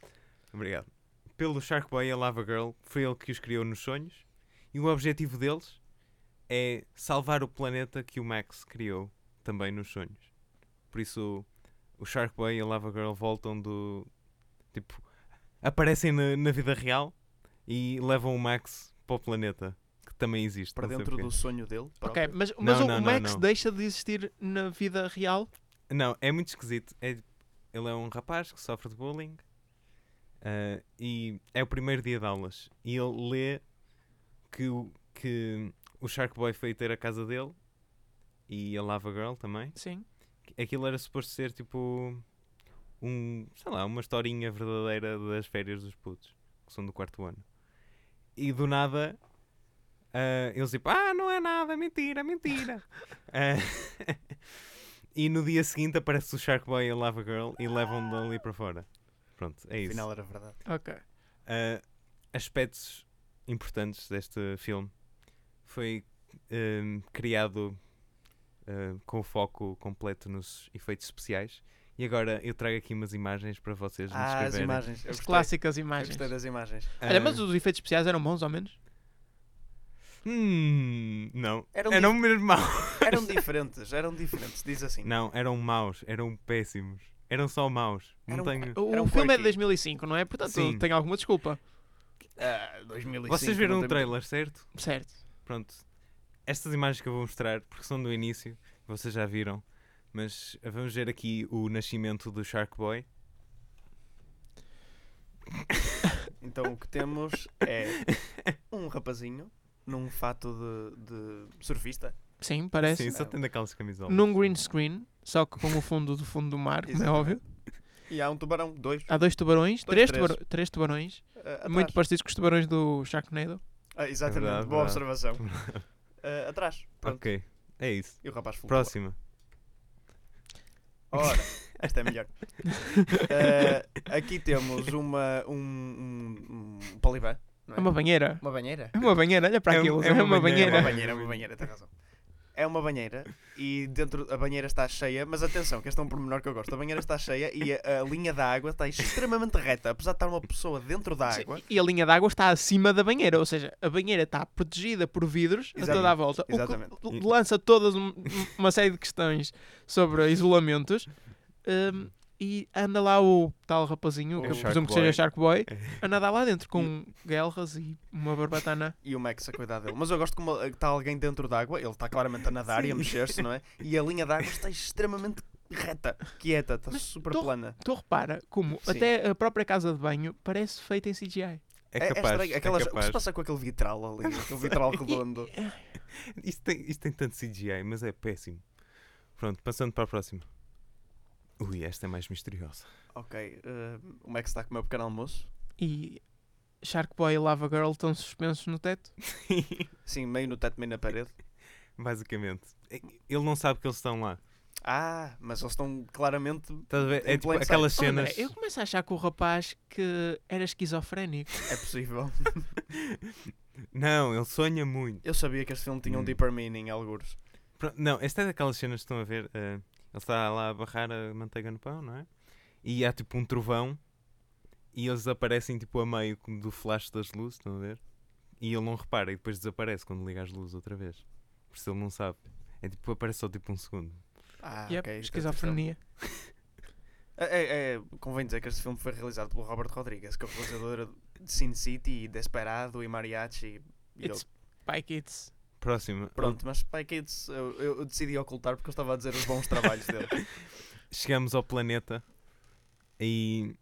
Obrigado. Pelo Shark Boy e a Lava Girl, foi ele que os criou nos sonhos. E o objetivo deles é salvar o planeta que o Max criou também nos sonhos. Por isso, o Shark Boy e a Lava Girl voltam do. Tipo, aparecem na, na vida real e levam o Max para o planeta que também existe.
para
não sei
dentro
porquê.
do sonho dele.
Ok,
próprio.
mas, mas
Não,
o
não, não,
Max
não.
deixa de existir na vida real.
Não, é muito esquisito. É, ele é um rapaz que sofre de bullying ah, e é o primeiro dia de aulas. E ele lê que, o- que o Shark Boy foi ter a casa dele e a Lava Girl também.
Sim.
Aquilo era suposto ser tipo um, sei lá, uma historinha verdadeira das férias dos putos, que são do quarto ano. E do nada ah, eles tipo, ah, não é nada, mentira, mentira. Ah, e no dia seguinte aparece o Shark Boy e a Lava Girl e levam dali para fora. Pronto, é isso.
Afinal era verdade.
Ok.
Ah, aspectos importantes deste filme foi ahm, criado ahm, com foco completo nos efeitos especiais e agora eu trago aqui umas imagens para vocês me
Ah, as
descreverem.
imagens. Eu
As
gostei.
clássicas
Eu
imagens.
gostei das imagens.
Olha, mas
Ah,
os efeitos especiais eram bons, ao menos.
hum, não
Eram
eram mesmo maus
Eram diferentes, eram diferentes, diz assim.
não eram maus eram péssimos eram só maus não
Eram-
tenho-
O,
Eram
o filme é
quirky.
de 2005, não é? Portanto,
Sim.
tem alguma desculpa.
Ah, 2005,
vocês viram
não
o
tem-
trailer certo
Certo.
pronto, estas imagens que eu vou mostrar, porque são do início, vocês já viram, mas vamos ver aqui o nascimento do Shark Boy.
Então o que temos é um rapazinho num fato de, de surfista.
Sim, parece.
Sim, só tem daquelas camisolas.
Num green screen, só que com o fundo do fundo do mar, como é
Exatamente.
óbvio.
E há um tubarão, dois.
Há dois tubarões,
Dois,
três,
três.
tubaro- três tubarões,
ah,
muito
atrás.
parecidos com os tubarões do Sharknado.
Ah, exatamente,
É verdade,
boa
verdade.
observação. Ah, atrás, pronto.
ok, é isso.
E o rapaz flutua.
Próxima.
Ora, esta é melhor. Ah, aqui temos uma, um, um, um palibã, não
É uma banheira.
Uma banheira?
É uma banheira, olha para
É um-
aquilo.
é
É,
uma
uma
É
banheira.
banheira.
uma banheira, é uma banheira, tem razão. É uma banheira e dentro a banheira está cheia, mas atenção, que este é um pormenor que eu gosto. A banheira está cheia e a, a linha da água está extremamente reta, apesar de estar uma pessoa dentro da
Sim,
água.
E a linha d'água está acima da banheira, ou seja, a banheira está protegida por vidros a toda a
Exatamente,
volta,
exatamente.
o que l- lança todas um- uma série de questões sobre isolamentos. hum, e anda lá o tal rapazinho,
O
que eu
Shark
presumo que
Boy.
seja Shark Boy, a nadar lá dentro com guelras e uma barbatana.
E o Max a cuidar dele. Mas eu gosto como está alguém dentro da água, ele está claramente a nadar e a mexer-se, não é? E a linha da água está extremamente reta, quieta, está
Mas
super
tu-
plana.
Tu repara como
Sim.
até a própria casa de banho parece feita em CGI.
É capaz.
estranho, aquelas-
é
O que
capaz.
se passa com aquele vitral ali, aquele vitral redondo?
Isto tem, isto tem tanto CGI, mas é péssimo. Pronto, passando para a próxima. Ui, esta é mais misteriosa.
Ok, eh, o Max está a comer o pequeno almoço.
E Sharkboy e Lava Girl estão suspensos no teto.
Sim, meio no teto, meio na parede.
Basicamente. É- Ele não sabe que eles estão lá.
Ah, mas eles estão claramente.
Estás a ver?
Em
É tipo
plain sight.
aquelas
Oh, André,
cenas.
eu começo a achar que o rapaz que era esquizofrénico.
É possível.
Não, ele sonha muito.
Eu sabia que este filme tinha um
Hum.
deeper meaning, alguns.
Pro- Não, esta é daquelas cenas que estão a ver. eh, ele está lá a barrar a manteiga no pão, não é? E há tipo um trovão e eles aparecem tipo a meio como do flash das luzes, estão a ver? E ele não repara e depois desaparece quando liga as luzes outra vez. Por isso ele não sabe. É tipo, aparece só tipo um segundo.
Ah,
Yep,
ok. isto é outra questão.
esquizofrenia.
É, é, é, convém dizer que este filme foi realizado pelo Robert Rodrigues, que é o realizador de Sin City, e Desperado e Mariachi. E ele.
It's Spy Kids.
Próximo.
Pronto, mas Spy Kids eu, eu- eu decidi ocultar porque eu estava a dizer os bons trabalhos dele.
Chegamos ao planeta e.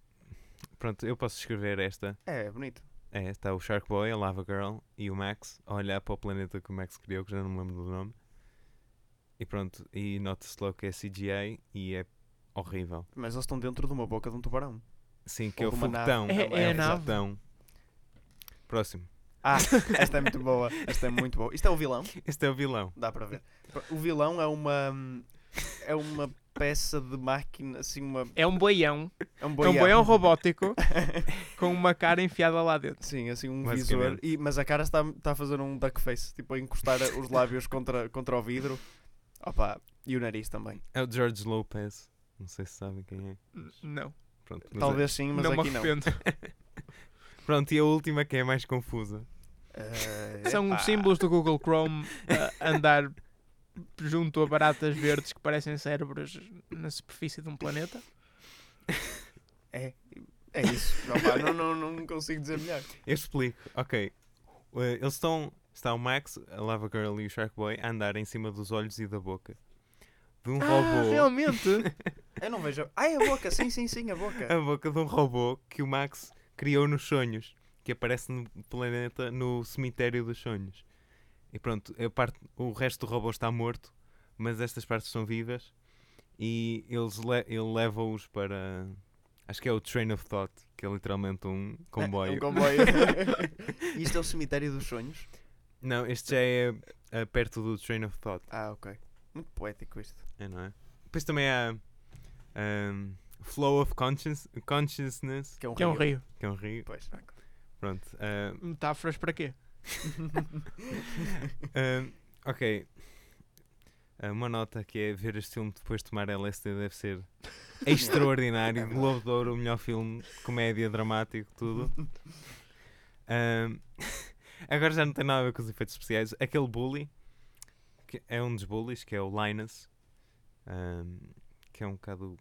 Pronto, eu posso escrever esta.
É, é bonito.
É, está o Shark Boy, a Lava Girl e o Max a olhar para o planeta que o Max criou, que já não me lembro do nome. E pronto, e nota-se logo que é CGI e é horrível.
Mas eles estão dentro de uma boca de um tubarão.
Sim, que
Ou
é
de
o
uma nave
foguetão.
É- é a
o
nave.
foguetão. Próximo.
Ah, esta é muito boa. Esta é muito boa. Isto é o vilão?
Este é o vilão.
Dá para ver. O vilão é uma. É uma peça de máquina, assim, uma.
É um boião.
É um
É um boião robótico com uma cara enfiada lá dentro.
Sim, assim um visor.
Basicamente.
E, mas a cara está, está a fazer um duckface, tipo a encostar a- os lábios contra, contra o vidro. Opa, e o nariz também.
É o George Lopez. Não sei se sabem quem é.
N- Não.
Pronto, mas é.
Talvez sim, mas
não me
aqui não.
arrependo.
Pronto, e a última que é a mais confusa.
Eh,
São
epá.
símbolos do Google Chrome a andar junto a baratas verdes que parecem cérebros na superfície de um planeta.
É, é isso. Opa, não, não, não consigo dizer melhor.
Eu explico. Ok. Uh, Eles estão. Está o Max, a Lava Girl e o Shark Boy a andar em cima dos olhos e da boca de um
Ah,
robô.
realmente?
Eu não vejo. Ai, a boca, sim, sim, sim, a boca.
A boca de um robô que o Max criou nos sonhos, que aparece no planeta no cemitério dos sonhos. E pronto, a parte, o resto do robô está morto, mas estas partes estão vivas e eles le- ele leva-os para. Acho que é o Train of Thought, que é literalmente um comboio.
É, um comboio. Isto é o cemitério dos sonhos.
Não, este já é eh, perto do Train of Thought.
Ah, ok. Muito poético isto.
É, não é? Depois também há ahm, Flow of Conscience, Consciousness,
Que é um
que é um
rio.
rio.
que é um rio.
Pois.
Pronto. hum, ahm,
Metáforas para quê?
ahm, ok. Ah, Uma nota que é ver este filme depois de tomar LSD deve ser extraordinário. Globo de Ouro, o melhor filme, comédia, dramático, tudo. Ahm, agora já não tem nada a ver com os efeitos especiais. Aquele bully, que é um dos bullies, que é o Linus, ahm, que é um bocado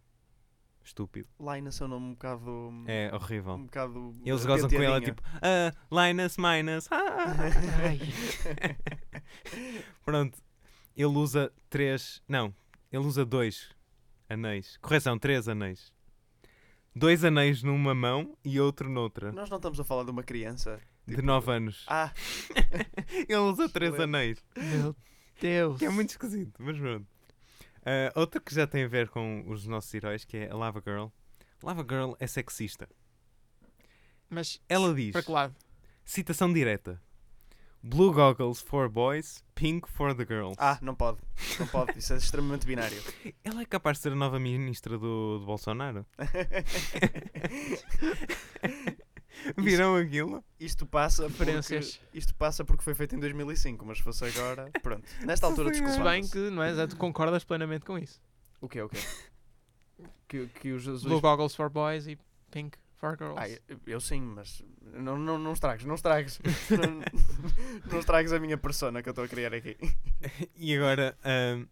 estúpido.
Linus é um nome um bocado.
É horrível.
Um bocado.
Eles gozam com ela
penteadinho.
tipo ah, Linus Minus. ah."
Ai,
Pronto. Ele usa três. Não, ele usa dois anéis. Correção, três anéis. Dois anéis numa mão e outro noutra.
Nós não estamos a falar de uma criança.
de nove anos.
Ah,
ele usa três
excelente.
anéis.
meu Deus.
Que é muito esquisito, mas pronto. Ah, outro que já tem a ver com os nossos heróis, que é a Lava Girl. Lava Girl é sexista.
Mas
Ela diz.
para que lado?
Citação direta. Blue goggles for boys, pink for the girls.
ah, não pode. Não pode. Isso é extremamente binário.
Ela é capaz de ser a nova ministra do, do Bolsonaro. Viram aquilo?
Isto passa
Referências.
porque, isto passa porque foi feito em 2005, mas se fosse agora, pronto. Nesta altura
Sim, é.
Se
desculpa.
bem que, não é? Zé, Tu concordas plenamente com isso.
O que é o quê? Que, que os azuis.
Blue goggles for boys e pink for girls.
Ai, eu sim, mas não, não, não estragues, não estragues. não, não estragues a minha persona que eu estou a criar aqui.
E agora ahm,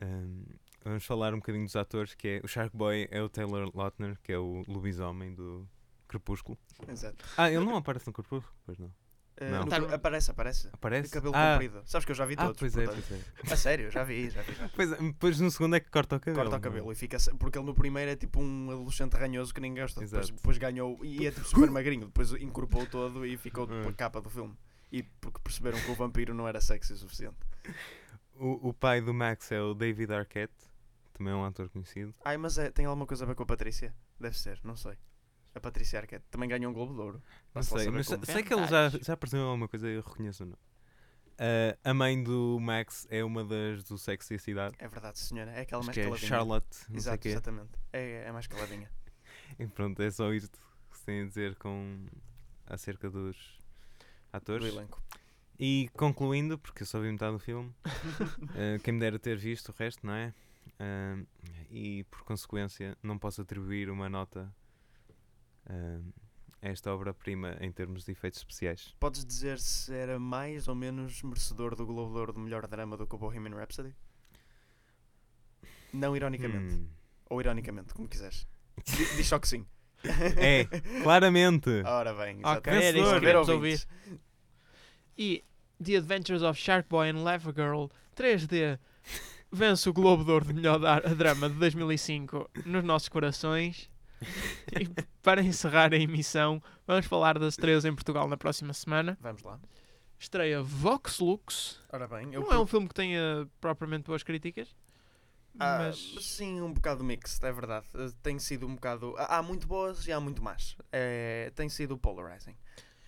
ahm, vamos falar um bocadinho dos atores, que é o Shark Boy é o Taylor Lautner, que é o lobisomem do Crepúsculo.
Exato.
Ah, ele não aparece no Crepúsculo? Pois não.
Eh,
Não.
no
Tá
que- aparece, aparece.
Aparece?
De cabelo
ah,
comprido. Sabes que eu já vi
Ah,
todos.
pois é,
portanto.
pois é.
A sério, já vi, já vi. já vi.
Pois é, Depois no segundo é que corta o cabelo.
Corta o
não é?
cabelo e fica. se- Porque ele no primeiro é tipo um adolescente ranhoso que ninguém gosta. Depois,
Exato.
depois ganhou e é tipo super magrinho. Depois incorporou todo e ficou
É.
pela capa do filme. E porque perceberam que o vampiro não era sexy o suficiente.
O, o pai do Max é o David Arquette, também é um ator conhecido.
Ai, mas é- tem alguma coisa a ver com a Patrícia? Deve ser, não sei. A Patrícia Arquette também ganhou um Globo de Ouro.
Não
Posso
sei,
saber
mas sei,
como? é
sei que ele já, já apareceu em alguma coisa, eu reconheço o nome. Ah, a mãe do Max é uma das do sexo e a cidade.
É verdade, senhora. É aquela
Acho
mais
que é
caladinha.
Charlotte, não sei o
Exato,
quê.
exatamente. É, é mais caladinha.
E pronto, é só isto que se tem a dizer com... acerca dos
Do
atores.
elenco.
E concluindo, porque eu só vi metade do filme, eh, quem me dera ter visto o resto, não é? Ah, e por consequência, não posso atribuir uma nota ah, a esta obra-prima em termos de efeitos especiais.
Podes dizer se era mais ou menos merecedor do Globo de Ouro de melhor drama do que o Bohemian Rhapsody? Não ironicamente.
Hum.
Ou ironicamente, como quiseres. Di- Diz só que sim.
É, claramente!
Ora bem,
Ok,
exatamente.
era isso Ah, que
Ver
queríamos ouvir.
ouvintes.
E The Adventures of Sharkboy and Lava Girl 3D vence o Globo de Ouro de melhor dar- drama de 2005 nos nossos corações. E para encerrar a emissão, vamos falar das estreias em Portugal na próxima semana.
Vamos lá.
Estreia Vox Lux.
Ora bem, eu
Não é um filme que tenha propriamente boas críticas,
Ah,
mas
Sim, um bocado mixed, é verdade. Eh, Tem sido um bocado. Há há muito boas e há muito más. É, tem sido polarizing.
tem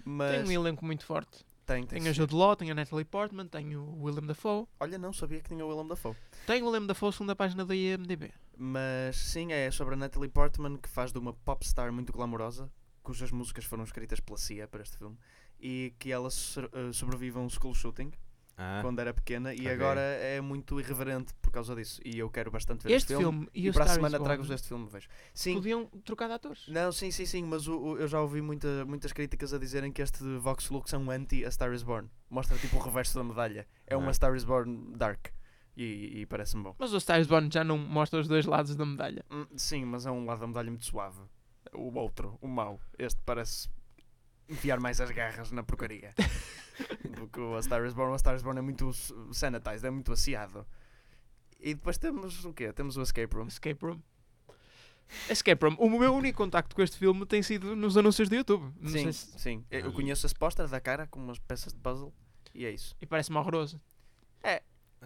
Mas
um elenco muito forte.
tem, tem,
Tem
sim.
a Jude Law, tem a Natalie Portman, tem o Willem Dafoe.
Olha, não sabia que tinha o Willem Dafoe.
Tem o Willem Dafoe, segunda página da IMDb.
Mas sim, é sobre a Natalie Portman que faz de uma popstar muito glamourosa, cujas músicas foram escritas pela CIA para este filme, e que ela so- eh, sobrevive a um school shooting
Ah,
quando era pequena e
ok.
agora é muito irreverente por causa disso. E eu quero bastante ver
Este
este filme.
filme e
E
o
para a
Star is
semana
Born
trago-vos este filme, vejo. Sim,
podiam trocar de atores.
Não, sim, sim, sim, mas o- o- eu já ouvi muita- muitas críticas a dizerem que este Vox Lux é um anti-A Star Is Born. Mostra tipo o reverso da medalha. É uma
Ah.
Star Is Born dark. E, e parece-me bom.
Mas o Star is Born já não mostra os dois lados da medalha.
Hum, sim, mas é um lado da medalha muito suave. O outro, o mau. Este parece enfiar mais as garras na porcaria. do que o A Star Is Born. O A Star Is Born é muito s- sanitized, é muito aciado. E depois temos o quê? Temos o Escape Room.
Escape Room. Escape Room. O meu único contacto com este filme tem sido nos anúncios do YouTube. Não
Sim,
sei se-
sim. Eu conheço as postas da cara com umas peças de puzzle. E é isso.
E parece-me horroroso.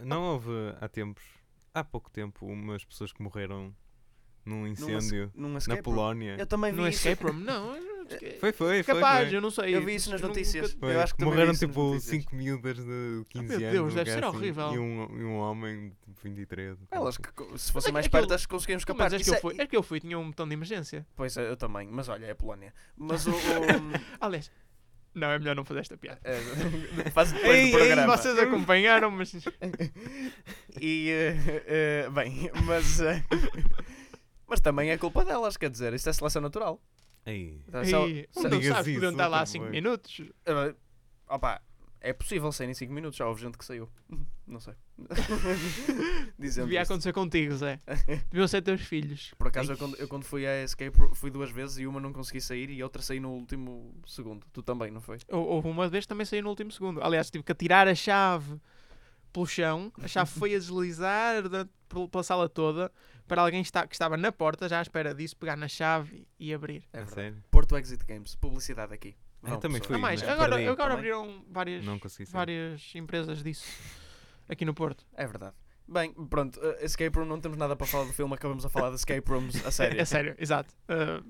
Não houve há tempos, há pouco tempo, umas pessoas que morreram num
Numa es-
incêndio
num
na
escape room.
Polónia.
Eu também vi
Não é
isso.
Escape Room? Não. eu-
Foi, foi, foi.
Capaz,
foi.
eu não sei.
Eu vi isso nas
Nunca-
notícias.
Foi.
Eu acho que também
Morreram
vi isso nas
tipo
notícias.
5 miúdas de 15
meu
anos.
Deus,
um
deve
lugar
ser
assim,
horrível.
E um, e um homem de 23. ou
Elas
assim.
que, co- se fossem
é
mais
que aquilo-
perto, acho que conseguiam escapar.
Mas é que,
Isso
eu
é-
fui, é que eu fui, tinha um botão de emergência.
Pois é, eu também, mas olha, é a Polónia. Mas o. o-
Aliás, não, é melhor não fazer esta piada.
é, faz depois
Ei,
do
ei,
programa.
vocês acompanharam, mas
E. eh, eh, bem, mas. eh, mas também é culpa delas, quer dizer, isto é seleção natural. É Então,
Ei.
Só-
Ei,
só-
um não
digas
sabe que podiam
isso,
estar lá há
por
5
favor.
minutos.
eh, opa, é possível saírem 5 minutos, já houve gente que saiu. Não sei. Dizendo
Devia
isto.
acontecer contigo, Zé. Deviam ser teus filhos.
Por acaso, eu quando, eu quando fui à Escape Room, fui duas vezes e uma não consegui sair e a outra saí no último segundo. Tu também, não foi?
Hou- Houve uma vez que também saiu no último segundo. Aliás, tive que atirar a chave pelo chão. A chave foi a deslizar durante- pel- pela sala toda para alguém esta- que estava na porta, já à espera disso, pegar na chave e abrir.
É
A
verdade.
sério?
Porto Exit Games, publicidade aqui.
Ah, Eu também
pessoal.
fui, né?
Não mais.
mas
Agora,
perdi.
agora
Também.
abriram várias,
Não consegui sair.
várias empresas disso aqui no Porto.
É verdade. Bem, pronto, eh, Escape Room, não temos nada para falar do filme, acabamos a falar de Escape Rooms a sério.
É sério, exato. Ah,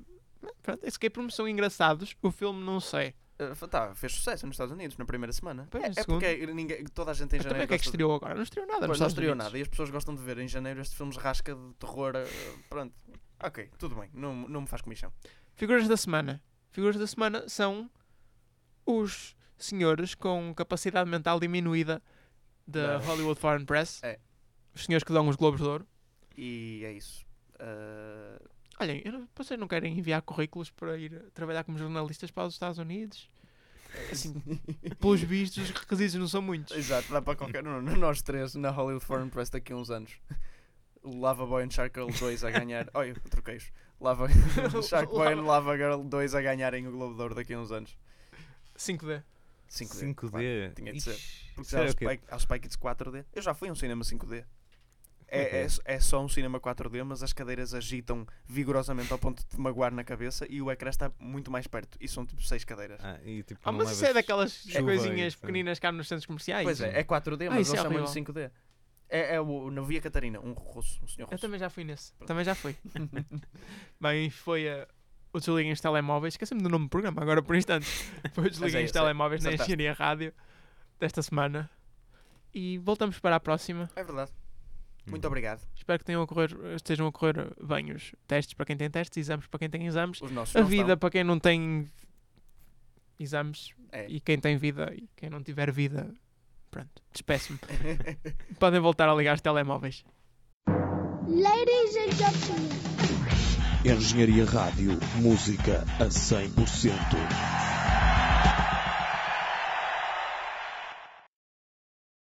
pronto, Escape Rooms são engraçados. O filme não sei.
Eh, fa- tá, fez sucesso nos Estados Unidos na primeira semana.
Pois,
é,
no
é
segundo.
porque ninguém, toda a gente em
Mas também
janeiro.
o que é que
gosta de-
estreou agora? Não estreou nada. nos
Pois, não
Estados
estreou
Unidos.
nada e as pessoas gostam de ver em janeiro estes filmes rasca de terror. eh, pronto, ok, tudo bem, não, não me faz comissão.
Figuras da semana. Figuras da semana são os senhores com capacidade mental diminuída da
Da-
Hollywood Foreign Press.
É.
Os senhores que dão os Globos de Ouro.
E é isso. Eh,
Olhem, eu não- vocês não querem enviar currículos para ir trabalhar como jornalistas para os Estados Unidos? Assim, pelos vistos, os requisitos não são muitos.
Exato, dá para qualquer um. Nós três na Hollywood Foreign Press daqui a uns anos. O Lava Boy and Shark Girl 2 a ganhar. Olha, troquei-os. Lava... Shark Boy and Lava Girl 2 a ganharem o Globo de Ouro daqui a uns anos.
5D.
5D.
5D.
claro. Tinha de ser.
Ixi,
Porque
isso era
há é o
o quê?
Spike, há o Spike Kids 4D. Eu já fui a um cinema 5D. É, é, é só um cinema 4D, mas as cadeiras agitam vigorosamente ao ponto de te magoar na cabeça e o ecrã está muito mais perto. E são tipo seis cadeiras.
Ah, e, tipo,
Ah,
não
mas isso é
levas
daquelas
chuva
coisinhas
e-
pequeninas cá nos centros comerciais.
pois é, é 4D,
Ah,
mas
isso
eles
é
chamam-lhe
horrível.
5D. É, é o Novia Catarina, um russo, um senhor
Eu
russo.
também já fui nesse. Também já fui. Bem, foi a. O Desliguem os Telemóveis. Esqueci-me do nome do programa agora por instantes. Foi o Desliguem
sei,
os
sei.
Telemóveis na
Acertaste.
Engenharia Rádio desta semana. E voltamos para a próxima.
É verdade. Muito
Uhum.
Hum.
obrigado.
Espero que tenham a correr, estejam a correr bem os testes para quem tem testes, exames para quem tem exames.
Os nossos
A
não
vida
estão.
para quem não tem exames
É.
e quem tem vida e quem não tiver vida. Pronto, despeço-me. Podem voltar a ligar os telemóveis.
Ladies and gentlemen.
Engenharia Rádio, música a 100%.